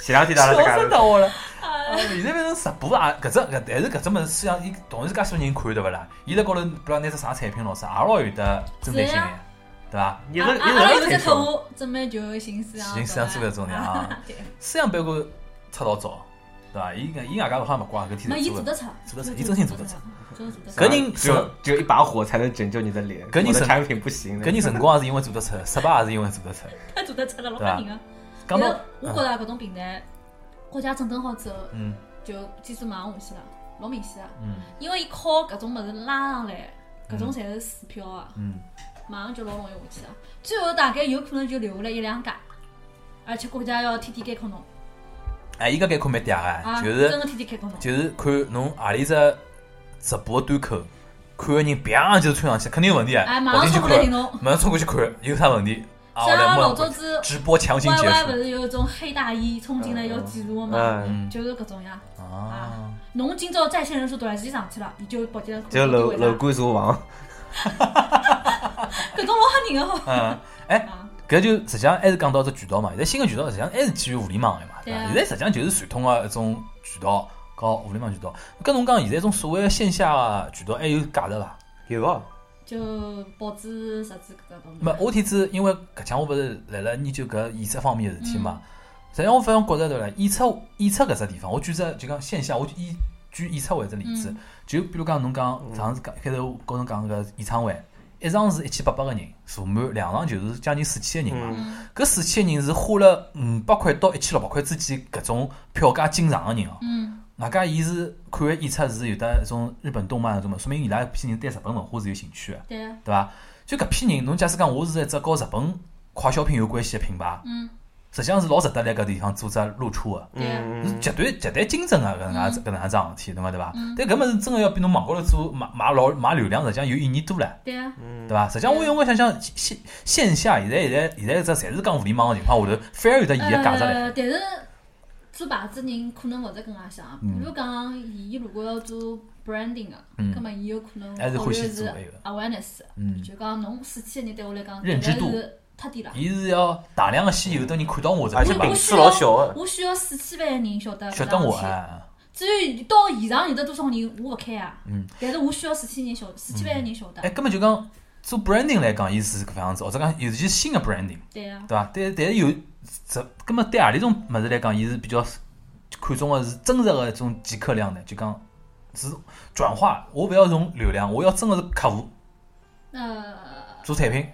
Speaker 5: 前两天 打
Speaker 2: 笑
Speaker 5: 了只假 头
Speaker 2: 死
Speaker 5: 套。
Speaker 2: 到我了。啊现在变成直播啊，搿只搿但是搿只物事，实际上伊同时介许多人看对勿啦？伊辣高头不知道拿只啥产品咯啥，也老有得针对性
Speaker 4: 是
Speaker 2: 个
Speaker 4: 呀，
Speaker 2: 对伐？
Speaker 5: 你是
Speaker 4: 啊
Speaker 5: 你
Speaker 4: 啊啊有
Speaker 5: 是
Speaker 4: 只
Speaker 5: 太
Speaker 4: 客
Speaker 5: 熟，
Speaker 4: 户准备就寻思啊，
Speaker 2: 寻思想做搿种的啊。
Speaker 4: 对，
Speaker 2: 思想被我出道早，对伐？伊搿伊外加好像勿怪搿
Speaker 4: 没
Speaker 2: 天
Speaker 4: 伊
Speaker 2: 天
Speaker 4: 做
Speaker 2: 做
Speaker 4: 得
Speaker 2: 的。
Speaker 4: 出，
Speaker 2: 做得出伊真心做得出，
Speaker 4: 真做得出。
Speaker 2: 搿人
Speaker 5: 只有只有一把火才能拯救你的脸，
Speaker 2: 搿人
Speaker 5: 我的
Speaker 2: 是
Speaker 5: 产品不行了。
Speaker 2: 搿人成功也是因为做得啊出，失败也是因为做 得出。
Speaker 4: 太做得出了，老吓人啊！
Speaker 2: 讲
Speaker 4: 其
Speaker 2: 到
Speaker 4: 实我觉着搿种平台，国家整顿好之后，
Speaker 2: 嗯
Speaker 4: 就基础马上下去了，老明显了。
Speaker 2: 嗯
Speaker 4: 因为伊靠搿种物事拉上来，搿种侪是水票啊，
Speaker 2: 嗯，
Speaker 4: 马上就老容易下去了。最后大概有可能就留下来一两家，而且国家要天天监控侬
Speaker 2: 哎，伊搿概括蛮嗲
Speaker 4: 啊，
Speaker 2: 个，就
Speaker 4: 真
Speaker 2: 是
Speaker 4: 个天天监 控侬。
Speaker 2: 就是看侬何里只直播端口，看个人砰就窜上去，肯定有问题
Speaker 4: 哎，
Speaker 2: 啊！
Speaker 4: 马
Speaker 2: 跑
Speaker 4: 上
Speaker 2: 进去
Speaker 4: 冲过来
Speaker 2: 看
Speaker 4: 寻，侬。
Speaker 2: 马上冲过去看，有啥问题？啊，我
Speaker 4: 像
Speaker 2: 来
Speaker 4: 老
Speaker 2: 问
Speaker 4: 早
Speaker 2: 问。
Speaker 4: 子
Speaker 2: 直播强行
Speaker 4: Y
Speaker 2: 结
Speaker 4: Y 勿
Speaker 2: 束
Speaker 4: 是有一种黑大衣冲进来要检查的嘛，
Speaker 5: 嗯，
Speaker 4: 就是搿种呀。
Speaker 2: 啊！
Speaker 4: 侬今朝在线人数突然之间上去了，伊就跑进来看
Speaker 5: 就楼楼
Speaker 4: 搿
Speaker 5: 管所房，
Speaker 4: 种老吓人个吼。
Speaker 2: 嗯，哎，
Speaker 4: 啊，
Speaker 2: 搿就实际上还是讲到只渠道嘛。现在新个渠道实际上还是基于互联网个嘛，对伐？
Speaker 4: 对啊
Speaker 2: 现在实际上就是传统个一种渠道和互联网渠道。跟侬讲，现在这种所谓的线下个渠道还有啊价值伐？
Speaker 5: 有哦，
Speaker 4: 就报纸、杂志搿种
Speaker 2: 没，我天子，因为搿腔我勿是辣辣研究搿演出方面的事体嘛。实际上，我非常觉着对伐？演出演出搿只地方，我举只就讲线下，我就以举演出为只例子
Speaker 4: 嗯。
Speaker 2: 就比如讲，侬讲上次讲一开头跟侬讲搿演唱会，一场是一千八百个人坐满，两场就是将近四千个人
Speaker 5: 啊
Speaker 2: 嘛。
Speaker 4: 嗯
Speaker 2: 搿四千个人是花了五百块到一千六百块之间搿种票价进场个人哦。
Speaker 4: 嗯，
Speaker 2: 外加伊是看个演出是有得一种日本动漫那种嘛，说明伊拉搿批人对日本文化是有兴趣个。
Speaker 4: 对啊，
Speaker 2: 对伐？就搿批人，侬假使讲我是一只和日本快消品有关系的品牌，
Speaker 4: 嗯，
Speaker 2: 实际上是老值得来搿地方做只露出的，
Speaker 4: 对啊，
Speaker 5: 嗯
Speaker 2: 是绝对绝对精准的搿能介搿能介桩事体，侬讲对伐
Speaker 4: 嗯？
Speaker 2: 但搿物事真个要比侬网高头做买买老买流量，实际上有意义多唻，
Speaker 4: 对啊，
Speaker 2: 对
Speaker 5: 嗯
Speaker 2: 伐？实际上我有辰光想想线线下现在现在现在这侪是讲互联网的情况下头，反而有得伊个价值唻。
Speaker 4: 呃，但是做牌子人可能勿是搿能介想，啊比如讲，伊如果要做 branding 个，
Speaker 2: 嗯
Speaker 4: 葛末伊有可能
Speaker 2: 还是
Speaker 4: 考
Speaker 2: 欢
Speaker 4: 虑
Speaker 2: 喜
Speaker 4: 是
Speaker 2: 做那个
Speaker 4: awareness，
Speaker 2: 嗯
Speaker 4: 就讲侬四千个人对我来讲，
Speaker 2: 认知
Speaker 4: 迭个
Speaker 2: 度嗯
Speaker 4: 是太低了。
Speaker 2: 伊是要大量个先有的人看到我这
Speaker 5: 而
Speaker 2: 个
Speaker 5: 且
Speaker 2: 品牌
Speaker 5: 饼
Speaker 4: 我，
Speaker 5: 是老啊小的
Speaker 4: 我需要四千万人晓得
Speaker 2: 晓
Speaker 4: 搿
Speaker 2: 得
Speaker 4: 桩
Speaker 2: 我
Speaker 4: 事体
Speaker 2: 哎。
Speaker 4: 至于到现场有得多少人，我勿看啊。
Speaker 2: 嗯
Speaker 4: 但是我需要四千人晓，四千万人晓
Speaker 2: 哎，
Speaker 4: 得。
Speaker 2: 根本就讲做 branding 来讲，伊是搿副样子，或者讲尤其是新的 branding。
Speaker 4: 对啊，
Speaker 2: 对伐？但但是有这，葛么对何里种物事来讲，伊是比较看重个是真实个一种即刻量的，就讲是转化。我勿要用流量，我要真个是客户
Speaker 4: 呃，
Speaker 2: 做产品。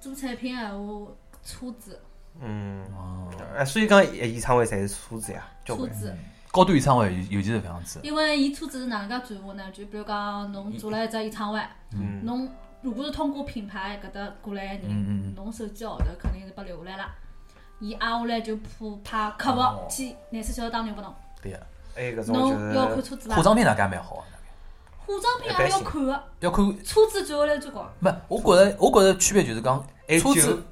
Speaker 4: 做产品啊，我车子，
Speaker 5: 嗯，
Speaker 2: 哦，
Speaker 5: 哎，所以讲演唱会侪是车子呀，交
Speaker 4: 车
Speaker 5: 关。
Speaker 4: 子，
Speaker 2: 高端演唱会尤尤其是搿样子，
Speaker 4: 因为伊车子是哪能介转化呢？就比如讲，侬做了一只演唱会，
Speaker 5: 嗯
Speaker 4: 侬如果是通过品牌搿搭过来的
Speaker 2: 嗯嗯
Speaker 4: 人，侬手机号头肯定是被留下来了。伊挨下来就怕派客
Speaker 2: 哦
Speaker 4: 服去廿四小时打电话拨侬，
Speaker 2: 对个。
Speaker 5: 还有搿种就
Speaker 4: 侬要看
Speaker 5: 哎是
Speaker 4: 车子伐？
Speaker 2: 化
Speaker 4: 化
Speaker 2: 妆品大家蛮好的，
Speaker 4: 妆品也要看个，
Speaker 2: 要看，
Speaker 4: 车子转下来最高。
Speaker 2: 没，我觉着我觉着区别就是讲
Speaker 5: 还有
Speaker 2: 车
Speaker 5: 酒
Speaker 2: 子，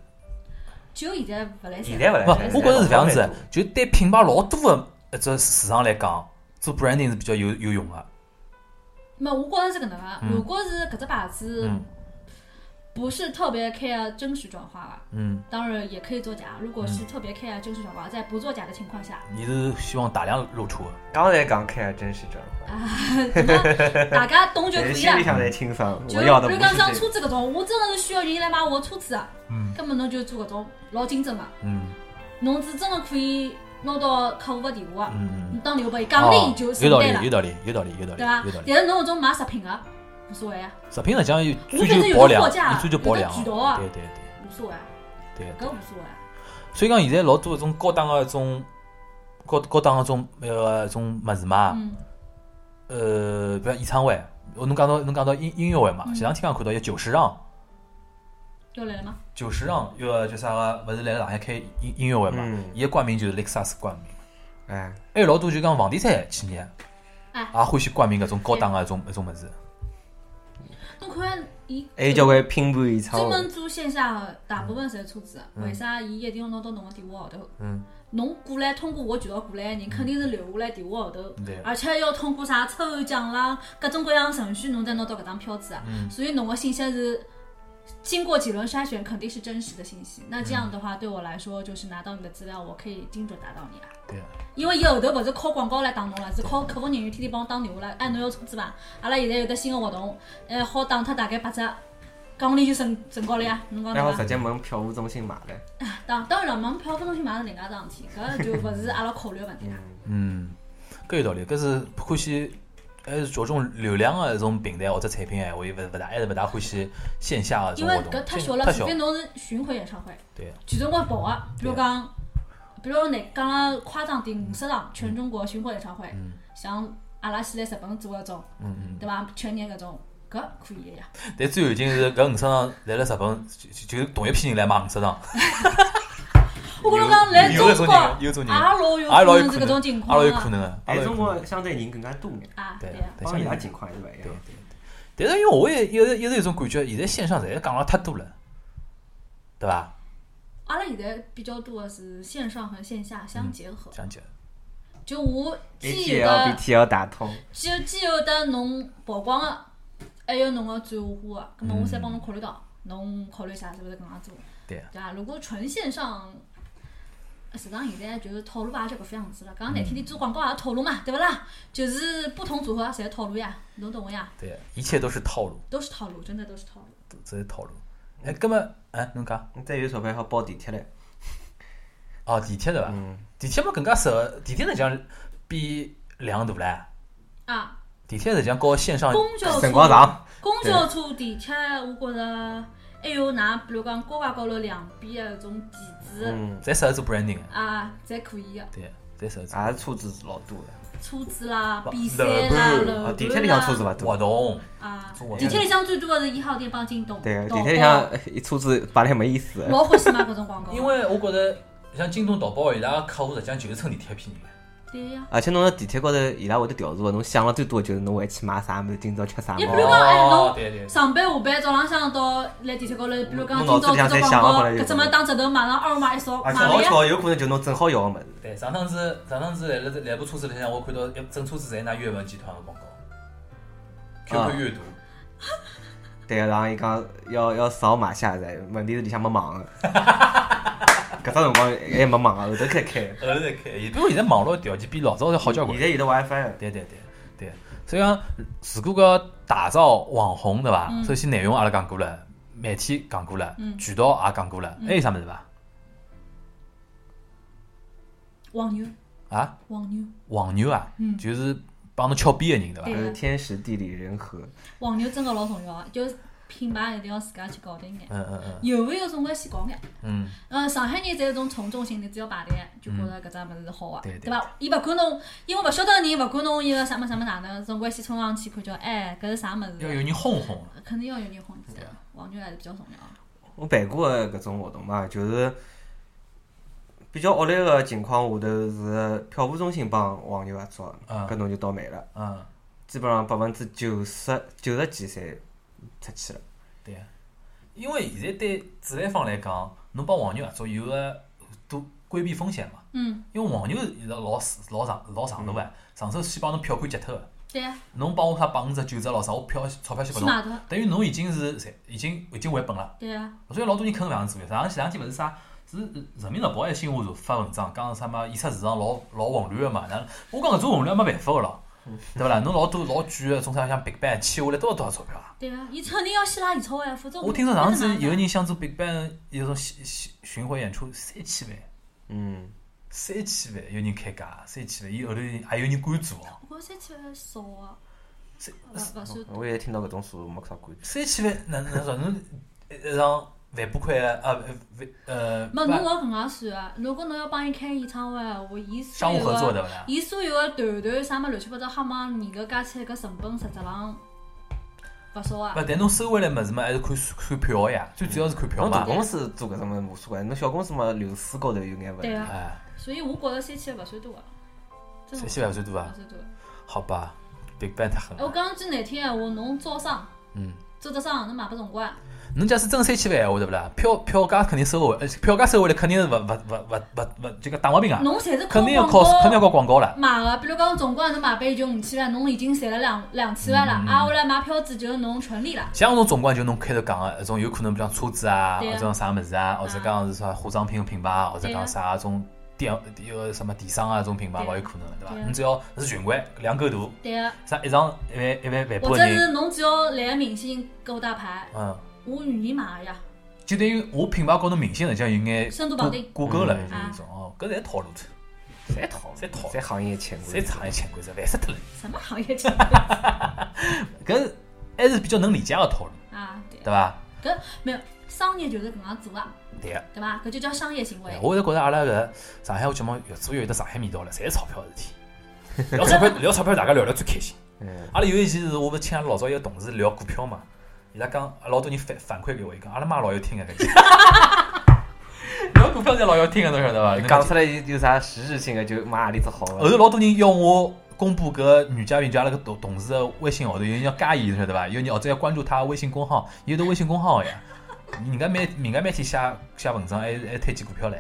Speaker 4: 酒现在勿来
Speaker 5: 哎现在勿来
Speaker 2: 不，
Speaker 5: 塞，
Speaker 2: 我觉着是搿样子
Speaker 5: 现在，
Speaker 2: 就对品牌老多的一只市场来讲，做 branding 是比较有有用的。
Speaker 4: 没，我觉着是搿能
Speaker 5: 嗯
Speaker 4: 介。如果是搿只牌子
Speaker 2: 嗯
Speaker 4: 不是特别 care 真实转化的，
Speaker 2: 嗯，
Speaker 4: 当然也可以作假。如果
Speaker 5: 嗯
Speaker 4: 是特别 care 真实转化，在不作假的情况 下，
Speaker 2: 嗯你是希望大量露出的，
Speaker 5: 刚才讲开啊，真是转换，
Speaker 4: 怎么大家懂就可
Speaker 5: 但是
Speaker 4: 以
Speaker 5: 心里
Speaker 4: 了。
Speaker 5: 向侪清爽，
Speaker 4: 就
Speaker 5: 我要的
Speaker 4: 比
Speaker 5: 不
Speaker 4: 如
Speaker 5: 是
Speaker 4: 讲像
Speaker 5: 这个。
Speaker 4: 车子搿种，我真的是需要人来买我的车子啊。
Speaker 2: 嗯
Speaker 4: 根本侬就做搿种老精准的，
Speaker 2: 嗯
Speaker 4: 侬是真的可以拿到客户的电话，
Speaker 2: 嗯
Speaker 4: 侬打电话拨伊，
Speaker 2: 嗯，
Speaker 4: 讲不
Speaker 2: 哦
Speaker 4: 定就
Speaker 2: 有
Speaker 4: 承
Speaker 2: 道
Speaker 4: 担
Speaker 2: 理，有
Speaker 4: 了，
Speaker 2: 道理，有道理，有道理，
Speaker 4: 对伐
Speaker 2: 有道？理。
Speaker 4: 但是侬搿种买食品的无所谓啊，
Speaker 2: 食品实际上有
Speaker 4: 我
Speaker 2: 追
Speaker 4: 觉得
Speaker 2: 求
Speaker 4: 有
Speaker 2: 保
Speaker 4: 个
Speaker 2: 量，
Speaker 4: 货架
Speaker 2: 有追求保量
Speaker 4: 有个渠道啊
Speaker 2: 的，对对
Speaker 4: 无所谓啊，
Speaker 2: 对对。
Speaker 4: 搿无所谓啊。
Speaker 2: 所以讲现在老多一种高档的一种高高档的一种呃一种物事嘛，
Speaker 4: 嗯，
Speaker 2: 呃，比如演唱会，我侬讲到侬讲到音音乐会嘛，前两天刚看到有九十让，
Speaker 4: 要来了吗？
Speaker 2: 九十让有个叫啥个，勿是来了上海开音音乐会嘛
Speaker 5: 嗯，
Speaker 2: 伊个冠名就是 Lexus 冠名，
Speaker 5: 哎，
Speaker 2: 还有老多就讲房地产企业，也
Speaker 4: 哎
Speaker 2: 欢喜冠名搿种高档的一种一种物事，
Speaker 4: 侬看伊
Speaker 2: 哎
Speaker 5: 还有交关哎拼盘演唱
Speaker 4: 专
Speaker 5: 会，
Speaker 4: 门做线下的，大部分侪是车子，啊为啥伊一定要拿到侬的电话号头？
Speaker 2: 嗯，
Speaker 4: 侬过来通过我渠道过来的人，肯定是留下来电话号头
Speaker 2: 对，
Speaker 4: 而且要通过啥抽奖啦，各种各样的程序，侬才拿到搿张票子啊。
Speaker 2: 嗯
Speaker 4: 所以侬的信息是经过几轮筛选，肯定是真实的信息。那这样的
Speaker 5: 嗯
Speaker 4: 话，对我来说就是拿到你的资料，我可以精准打到你啊。
Speaker 2: 对啊，
Speaker 4: 因为伊后头勿是靠广告来打侬了，是靠客服人员天天帮我打电话了。哎，侬要车子伐？阿拉现在有得新的活动，哎，好打脱大概八折，讲里就省省高了呀。侬讲对
Speaker 5: 然后直
Speaker 4: 伐？
Speaker 5: 接问票务中心买了。
Speaker 4: 当当然了，门票分中心买是另外一桩事体，搿就勿是阿拉考虑的问题了。
Speaker 2: 嗯，搿有道理，搿是欢喜。还是着重流量的一种平台或者产品哎，我也勿勿大，还是勿大欢喜线下的一
Speaker 4: 因
Speaker 2: 种
Speaker 4: 为
Speaker 2: 活动。
Speaker 4: 搿太
Speaker 2: 线
Speaker 4: 小了，
Speaker 2: 太
Speaker 4: 除
Speaker 2: 小
Speaker 4: 非，侬是巡回演唱会，
Speaker 2: 对，
Speaker 4: 全中国跑个，啊比如讲，比如你讲了夸张点，五十
Speaker 2: 嗯
Speaker 4: 场全中国巡回演唱会，像阿拉先来日本做搿种，
Speaker 2: 嗯嗯。
Speaker 4: 对伐？全年搿种，搿可以个呀。
Speaker 2: 但最有劲是搿五十张来了日本，就就就同一批人来买五十张，
Speaker 4: 我跟侬讲，来
Speaker 2: 有有搿种
Speaker 4: 中国，
Speaker 2: 人有搿种人
Speaker 4: 阿拉老有
Speaker 2: 阿拉老有
Speaker 4: 能
Speaker 2: 可
Speaker 4: 是搿
Speaker 2: 能
Speaker 4: 种情，
Speaker 2: 阿拉
Speaker 4: 况
Speaker 2: 有
Speaker 4: 啊
Speaker 2: 可能的，阿拉
Speaker 5: 但
Speaker 2: 有
Speaker 5: 哎中
Speaker 2: 可能
Speaker 5: 国相对人更加多眼，
Speaker 4: 啊，
Speaker 2: 对
Speaker 4: 对啊，
Speaker 2: 对
Speaker 5: 帮伊拉
Speaker 2: 相
Speaker 5: 情况是勿一
Speaker 2: 对
Speaker 5: 样。
Speaker 2: 对对。但是因为我也一直一直有种感觉，现在线上侪讲了太多了，对伐？
Speaker 4: 阿拉现在比较多的是线上和线下
Speaker 2: 嗯
Speaker 4: 相结合，
Speaker 2: 讲解，
Speaker 4: 就我
Speaker 5: A
Speaker 4: 既
Speaker 5: T
Speaker 4: 有的
Speaker 5: L B T L 打通，
Speaker 4: 既有既有的侬曝光的，还有侬的转化的，葛么我再帮侬考虑到，侬考虑一下是勿是搿能介做，
Speaker 2: 对啊
Speaker 4: 对伐？如果纯线上，实际上现在就是套路吧，也就搿副样子了。讲难听点，做广告也套路嘛，对勿啦？就是不同组合侪套路呀，侬懂个呀？
Speaker 2: 对啊，一切都是套路，
Speaker 4: 都是套路，真的都是套路。
Speaker 2: 都这是套路。哎，葛么，哎，侬讲
Speaker 5: 你再有钞票好包地铁嘞。
Speaker 2: 哦，地铁对伐？
Speaker 5: 嗯
Speaker 2: 地铁嘛更加适合，地铁呢讲比量大唻，
Speaker 4: 啊，
Speaker 2: 地铁实际上和线上
Speaker 4: 公交
Speaker 5: 辰光
Speaker 4: 车。
Speaker 5: 长，
Speaker 4: 公交车、地铁，我觉着还有㑚，比如讲高架高头两边的搿种旗帜
Speaker 5: 嗯，
Speaker 2: 侪适合做 branding 的，
Speaker 4: 啊，侪可以个。
Speaker 2: 对，侪适合做
Speaker 5: 也啊是车子老多的。
Speaker 4: 车子啦、
Speaker 2: 不
Speaker 4: 比赛啦、
Speaker 2: 楼盘
Speaker 4: 楼
Speaker 5: 哦，
Speaker 4: 盘
Speaker 5: 地铁里向车子
Speaker 4: 啦
Speaker 5: 勿
Speaker 2: 活
Speaker 5: 多。
Speaker 2: 动。
Speaker 4: 呃啊
Speaker 2: 中国，
Speaker 4: 地铁里向最多的是一号店帮京东，
Speaker 5: 对个，
Speaker 4: 淘
Speaker 5: 地铁里
Speaker 4: 宝
Speaker 5: 向一车子摆来没意思。
Speaker 4: 老欢喜买搿种广告，
Speaker 2: 因为我觉着像京东、淘宝，伊拉个客户实际上就是蹭地铁骗人的。
Speaker 4: 对呀。
Speaker 5: 而且侬辣地铁高头，伊拉会得调查的，侬想了最多就是侬会去买啥物事，今朝吃啥物
Speaker 4: 你
Speaker 5: 事
Speaker 4: 比。如讲，哎，
Speaker 2: 哦
Speaker 4: 侬
Speaker 2: 对对
Speaker 4: 上班下班早浪向到来地铁高头，比如讲
Speaker 5: 侬脑
Speaker 4: 今
Speaker 5: 子
Speaker 4: 朝做
Speaker 5: 里向侪
Speaker 4: 只
Speaker 5: 想
Speaker 4: 广告，
Speaker 5: 了好了有
Speaker 4: 搿只么当折头买上，二维码一扫，
Speaker 5: 而且
Speaker 4: 买了
Speaker 5: 老
Speaker 4: 呀。
Speaker 5: 巧，有可能就是侬正好要个物事。
Speaker 2: 对，上趟子上趟子来了来部车子里向，我看到一整车子侪拿阅文集团的广告
Speaker 5: 啊
Speaker 2: ，QQ 阅读，
Speaker 5: 对个，啊然后伊讲要要扫码下载，问题是里向没网个。 搿只辰光还哎没网个，后头开开的。
Speaker 2: 后头再开。因为现在网络条件比老早要好交关
Speaker 5: 现。在有的 WiFi 了。
Speaker 2: 对对对对，所以讲，如果要打造网红，对伐？
Speaker 4: 嗯
Speaker 2: 首先内容阿拉讲过了，媒体讲过了，
Speaker 4: 嗯
Speaker 2: 渠道也讲过了，还有啥物事伐？
Speaker 4: 黄牛，
Speaker 2: 啊，
Speaker 4: 黄牛，
Speaker 2: 黄牛啊
Speaker 4: 嗯，
Speaker 2: 就是帮侬翘边个人，对伐？
Speaker 4: 对
Speaker 5: 呃，天时地利人和，
Speaker 4: 黄牛真的老重要啊，就是品牌一定要自家去搞定眼。
Speaker 2: 嗯嗯嗯
Speaker 4: 有没有总归先搞眼？
Speaker 2: 嗯，
Speaker 4: 呃，上海人侪有种从众心理，只要排队就觉着搿只物事是好个，
Speaker 2: 对对
Speaker 4: 伐？伊勿管侬，因为勿晓得个人，勿管侬一个啥物事啥物事哪能，总归先冲上去看叫，哎，搿是啥物
Speaker 2: 要
Speaker 4: 事？啊
Speaker 2: 有人哄哄。
Speaker 4: 肯定要有人哄你
Speaker 2: 对啊
Speaker 4: 的，黄牛还是比较重要的。啊
Speaker 5: 我办过个搿种活动嘛，就是比较恶劣个情况下头是票务中心帮黄牛合作，
Speaker 2: 嗯
Speaker 5: 搿侬就倒霉了。
Speaker 2: 嗯，
Speaker 5: 基本上百分之九十九十几侪出去了。
Speaker 2: 对啊，因为现在对主办方来讲，侬帮黄牛合作有个都规避风险嘛。
Speaker 4: 嗯，
Speaker 2: 因为黄牛伊拉老老上老上头个，上手先帮侬票款截脱个，
Speaker 4: 对啊，
Speaker 2: 侬帮我啥百分之九十老啥，我票钞票先拨
Speaker 4: 先买
Speaker 2: 侬，
Speaker 4: 脱，
Speaker 2: 等于侬已经是赚已经已经回本了。
Speaker 4: 对啊，
Speaker 2: 所以老多人坑搿样子做。上前两天勿是啥，是人民日报还新华社发文章，讲啥嘛，演出市场老老混乱个嘛。那我讲搿种混乱没办法个咯，对勿啦？侬老多老贵个，种啥像 Big Bang 签下来多少多少钞票啊？
Speaker 4: 对啊，伊肯定要先拉现钞哎，否则
Speaker 2: 我听说上次有个
Speaker 4: 人，
Speaker 2: 人想做 Big Bang 有种巡巡巡回演出，三千万，
Speaker 5: 嗯，
Speaker 2: 三千万有人开价，三千万，伊后头还有人关注哦。
Speaker 4: 我三千万少啊，
Speaker 2: 三哦
Speaker 4: 勿勿算
Speaker 5: 我现在听到搿种数没啥感觉。
Speaker 2: 三千万，哪哪哪能一场万把块啊？呃万呃，
Speaker 4: 没，侬
Speaker 2: 万
Speaker 4: 往搿能介算啊！如果侬要帮伊开演唱会啊，我伊所
Speaker 2: 商务
Speaker 4: 有
Speaker 2: 合作对
Speaker 4: 个，
Speaker 2: 勿啦？
Speaker 4: 伊所有个团团啥么乱七八糟，瞎忙人个加起来搿成本实质上勿少啊
Speaker 2: 勿，。但侬收回来物事嘛，还是看看票个呀，最主要是看票
Speaker 5: 侬大
Speaker 2: 嘛。
Speaker 5: 公司做搿种物事无所谓，侬小公司嘛流水高头有眼问
Speaker 4: 对
Speaker 5: 题。
Speaker 4: 啊，
Speaker 2: 哎，
Speaker 4: 所以我觉着三千万勿算多啊，真
Speaker 2: 三
Speaker 4: 的
Speaker 2: 千万最多
Speaker 4: 勿
Speaker 2: 伐？
Speaker 4: 算多。
Speaker 2: 好吧，Big Bang 太狠
Speaker 4: 哎，我
Speaker 2: 了。
Speaker 4: 讲句难听闲话，侬招商
Speaker 2: 嗯，
Speaker 4: 做得商，侬买拨辰光，
Speaker 2: 侬假使真三千万闲话对勿啦？票票价肯定收回，呃票价收回来肯定是勿勿勿勿勿勿这个打毛病啊，
Speaker 4: 侬侪是靠
Speaker 2: 肯定要
Speaker 4: 广
Speaker 2: 靠肯定要
Speaker 4: 告
Speaker 2: 靠广告了。
Speaker 4: 买个。比如讲，总归侬买拨伊就五千万，侬已经赚了两两千万了，
Speaker 2: 嗯
Speaker 4: 啊，下来买票子就是侬纯利了。
Speaker 2: 像搿种总管，就侬开头讲个，搿种有可能比方车子啊，
Speaker 4: 对啊
Speaker 2: 或者讲啥物事啊，或者讲是啥化妆品品牌啊，或者
Speaker 4: 对啊
Speaker 2: 讲啥种电一个什么电商啊，这种品牌
Speaker 4: 对啊
Speaker 2: 老有可能的，对伐
Speaker 4: 对啊？
Speaker 2: 侬只要是循环两够大，
Speaker 4: 对啊。
Speaker 2: 啥一场一万一万万把
Speaker 4: 或
Speaker 2: 个
Speaker 4: 者
Speaker 2: 人，
Speaker 4: 是侬只要来个明星给我打牌，
Speaker 2: 嗯，
Speaker 4: 我愿意买个呀。
Speaker 2: 就等于我品牌高头明显实际上有眼
Speaker 4: 深度绑
Speaker 2: 挂
Speaker 4: 定
Speaker 2: 挂钩了，
Speaker 5: 嗯
Speaker 2: 就是那种哦，搿侪套路子，
Speaker 5: 侪套路，
Speaker 2: 侪套路
Speaker 5: 侪行业潜规
Speaker 2: 侪
Speaker 5: 则。
Speaker 2: 常一潜规则，烦死脱了。
Speaker 4: 什么行业潜
Speaker 2: 搿还是比较能理解个套路，
Speaker 4: 啊？对
Speaker 2: 对，伐？
Speaker 4: 搿没有商业就是搿能介做啊，
Speaker 2: 对个。
Speaker 4: 对伐？搿就叫商业行为。
Speaker 2: 哎我是觉着阿拉搿上海话节目越做越有得上海味道了，侪是钞票的事体。聊钞票，聊钞票，大家聊聊最开心。
Speaker 5: 嗯，
Speaker 2: 阿拉有一期是我勿请阿拉老早一个同事聊股票嘛，伊拉讲啊老多人反反馈给我，伊讲阿拉妈老要听个搿期。聊股票侪老要听个，侬晓得伐？侬
Speaker 5: 讲出来有有啥实质性个，就买何里只好啊
Speaker 2: 后
Speaker 5: 个。
Speaker 2: 头老多人要我公布搿女嘉宾，就阿拉搿同同事个微信号头，有人要加伊，晓得伐？有人或者要关注她微信公号，有得微信公号个呀。人家每人家每天写写文章，还还推荐股票唻，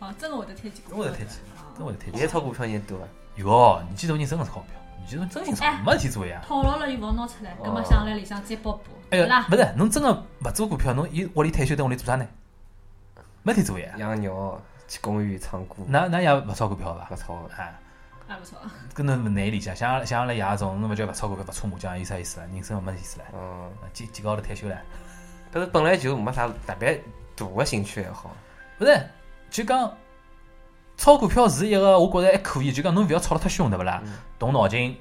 Speaker 4: 哦，真个会得推荐股
Speaker 2: 真会
Speaker 4: 票
Speaker 2: 得
Speaker 4: 的。
Speaker 2: 推荐，真
Speaker 4: 哦
Speaker 2: 会得推
Speaker 5: 现
Speaker 2: 荐
Speaker 5: 在。炒股票人多伐？啊
Speaker 2: 有哦，年纪大人真个是钞票，年纪大人真心钞票，没事体做呀。
Speaker 4: 套牢了又勿好拿出来，搿么
Speaker 5: 哦
Speaker 4: 想来里向再剥补，
Speaker 2: 哎
Speaker 4: 对
Speaker 2: 呦
Speaker 4: 啦，？
Speaker 2: 勿是，侬真个勿做股票，侬伊屋里退休等屋里做啥呢？没事体做呀，
Speaker 5: 养鸟，去公园唱歌，
Speaker 2: 哪哪也勿炒股票伐
Speaker 5: 勿？炒。
Speaker 2: 啊，
Speaker 4: 还勿错。
Speaker 2: 搿侬勿难理解，像阿拉像阿拉爷这种，侬勿叫勿炒股票勿搓麻将，有啥意思啊？人生没意思唻，
Speaker 5: 嗯，
Speaker 2: 啊几几个号头退休唻？
Speaker 5: 搿是本来就没啥特别大个兴趣爱好。
Speaker 2: 勿是，就讲炒股票是一个，我觉着还可以，就讲侬勿要炒得太凶，对勿
Speaker 5: 啊
Speaker 2: 啦？动脑筋，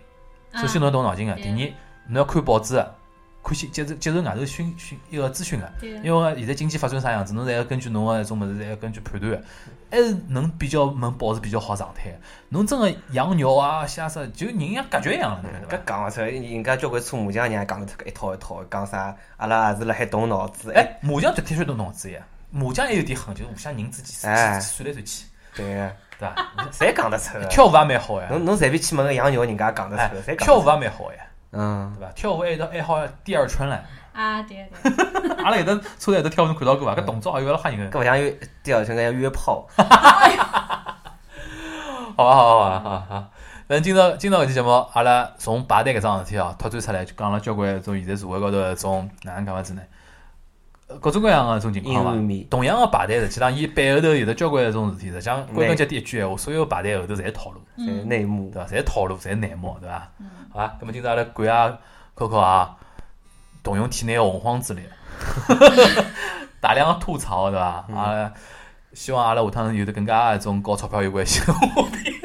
Speaker 2: 首先侬要动脑筋个，
Speaker 4: 对
Speaker 2: 第二侬要看报纸个，看新接受接受外头讯讯一个资讯个。
Speaker 4: 对啊，
Speaker 2: 因为现在经济发展啥样子，侬侪要根据侬个搿种物事，侪要根据判断的，还是能比较能保持比较好状态的。侬真个养鸟啊、写啥，就人像隔绝一样了，侬晓得
Speaker 5: 搿
Speaker 2: 伐？
Speaker 5: 讲勿出来，人家交关搓麻将人也讲得出搿一套一套，讲啥阿拉也是辣海动脑子，哎，
Speaker 2: 哎，麻将绝对是动脑子呀，麻将还有点狠，就是互相人之间
Speaker 5: 哎
Speaker 2: 算算来算去，
Speaker 5: 对个，
Speaker 2: 对伐？
Speaker 5: 侪讲得 出个。
Speaker 2: 跳舞也蛮好呀，
Speaker 5: 侬侬随便去问个养鸟，人家也讲得
Speaker 2: 哎
Speaker 5: 出个，侪，讲
Speaker 2: 跳
Speaker 5: 得
Speaker 2: 舞
Speaker 5: 出。
Speaker 2: 也蛮好呀，
Speaker 5: 嗯，
Speaker 2: 对伐？跳舞还有得爱好第二春唻，
Speaker 4: 啊对 对，
Speaker 2: 哎阿拉有得车站有得跳舞，侬看到过伐？搿动作也有阿拉吓人个，
Speaker 5: 搿勿像有第二天搿像约炮，
Speaker 2: 好伐？好啊伐？好伐？好伐？反正今朝今朝搿期节目，阿拉从排队搿桩事体哦，拓展出来，就讲了交关种现在社会高头的种哪能讲法子呢？呃各种各样的种情况
Speaker 5: 阴暗
Speaker 2: 嘛
Speaker 5: 面。
Speaker 2: 同样的排队，实际上伊背后头有的交关种事体，实际上归根结底一句闲话，所有排队后头侪是套路，
Speaker 4: 嗯
Speaker 5: 侪内幕。
Speaker 2: 对伐？侪是套路，侪是内幕，对伐？好伐？那么今朝阿拉感谢 Coco 啊，动用体内的洪荒 之力，大量的吐槽，对伐？
Speaker 4: 嗯
Speaker 2: 啊，希望阿拉下趟有的更加一种跟钞票有关系的话题。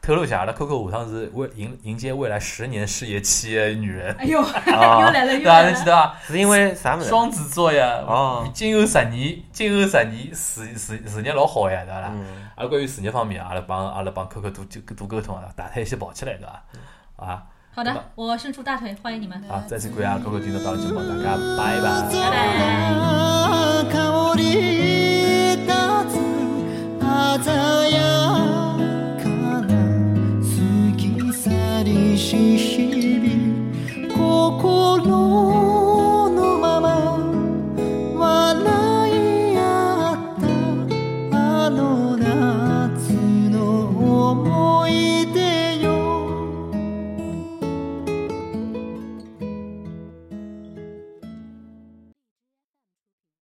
Speaker 2: 透露一下，阿拉 Coco 下趟是未迎迎接未来十年事业期的女人，
Speaker 4: 哎 呦， 又来了又
Speaker 2: 啊对伐？
Speaker 4: 来
Speaker 2: 侬记
Speaker 4: 了，
Speaker 2: 得伐？
Speaker 5: 是因为啥物事？
Speaker 2: 双子座呀，
Speaker 5: 哦
Speaker 2: 今后十年，今后十年，事事事业老好呀，对伐啦？阿拉关于事业方面，阿拉帮阿拉帮 Coco 多多多沟通啊，大家一起跑起来，对伐？啊
Speaker 4: 好的，我伸出大腿欢迎你们，
Speaker 2: 啊！再次感谢阿拉 Coco 今朝到节目，大家拜拜。
Speaker 4: 拜
Speaker 2: 啊
Speaker 4: 拜。
Speaker 1: 香り立つ鮮やかな過ぎ去りし日々心のまま笑い合ったあの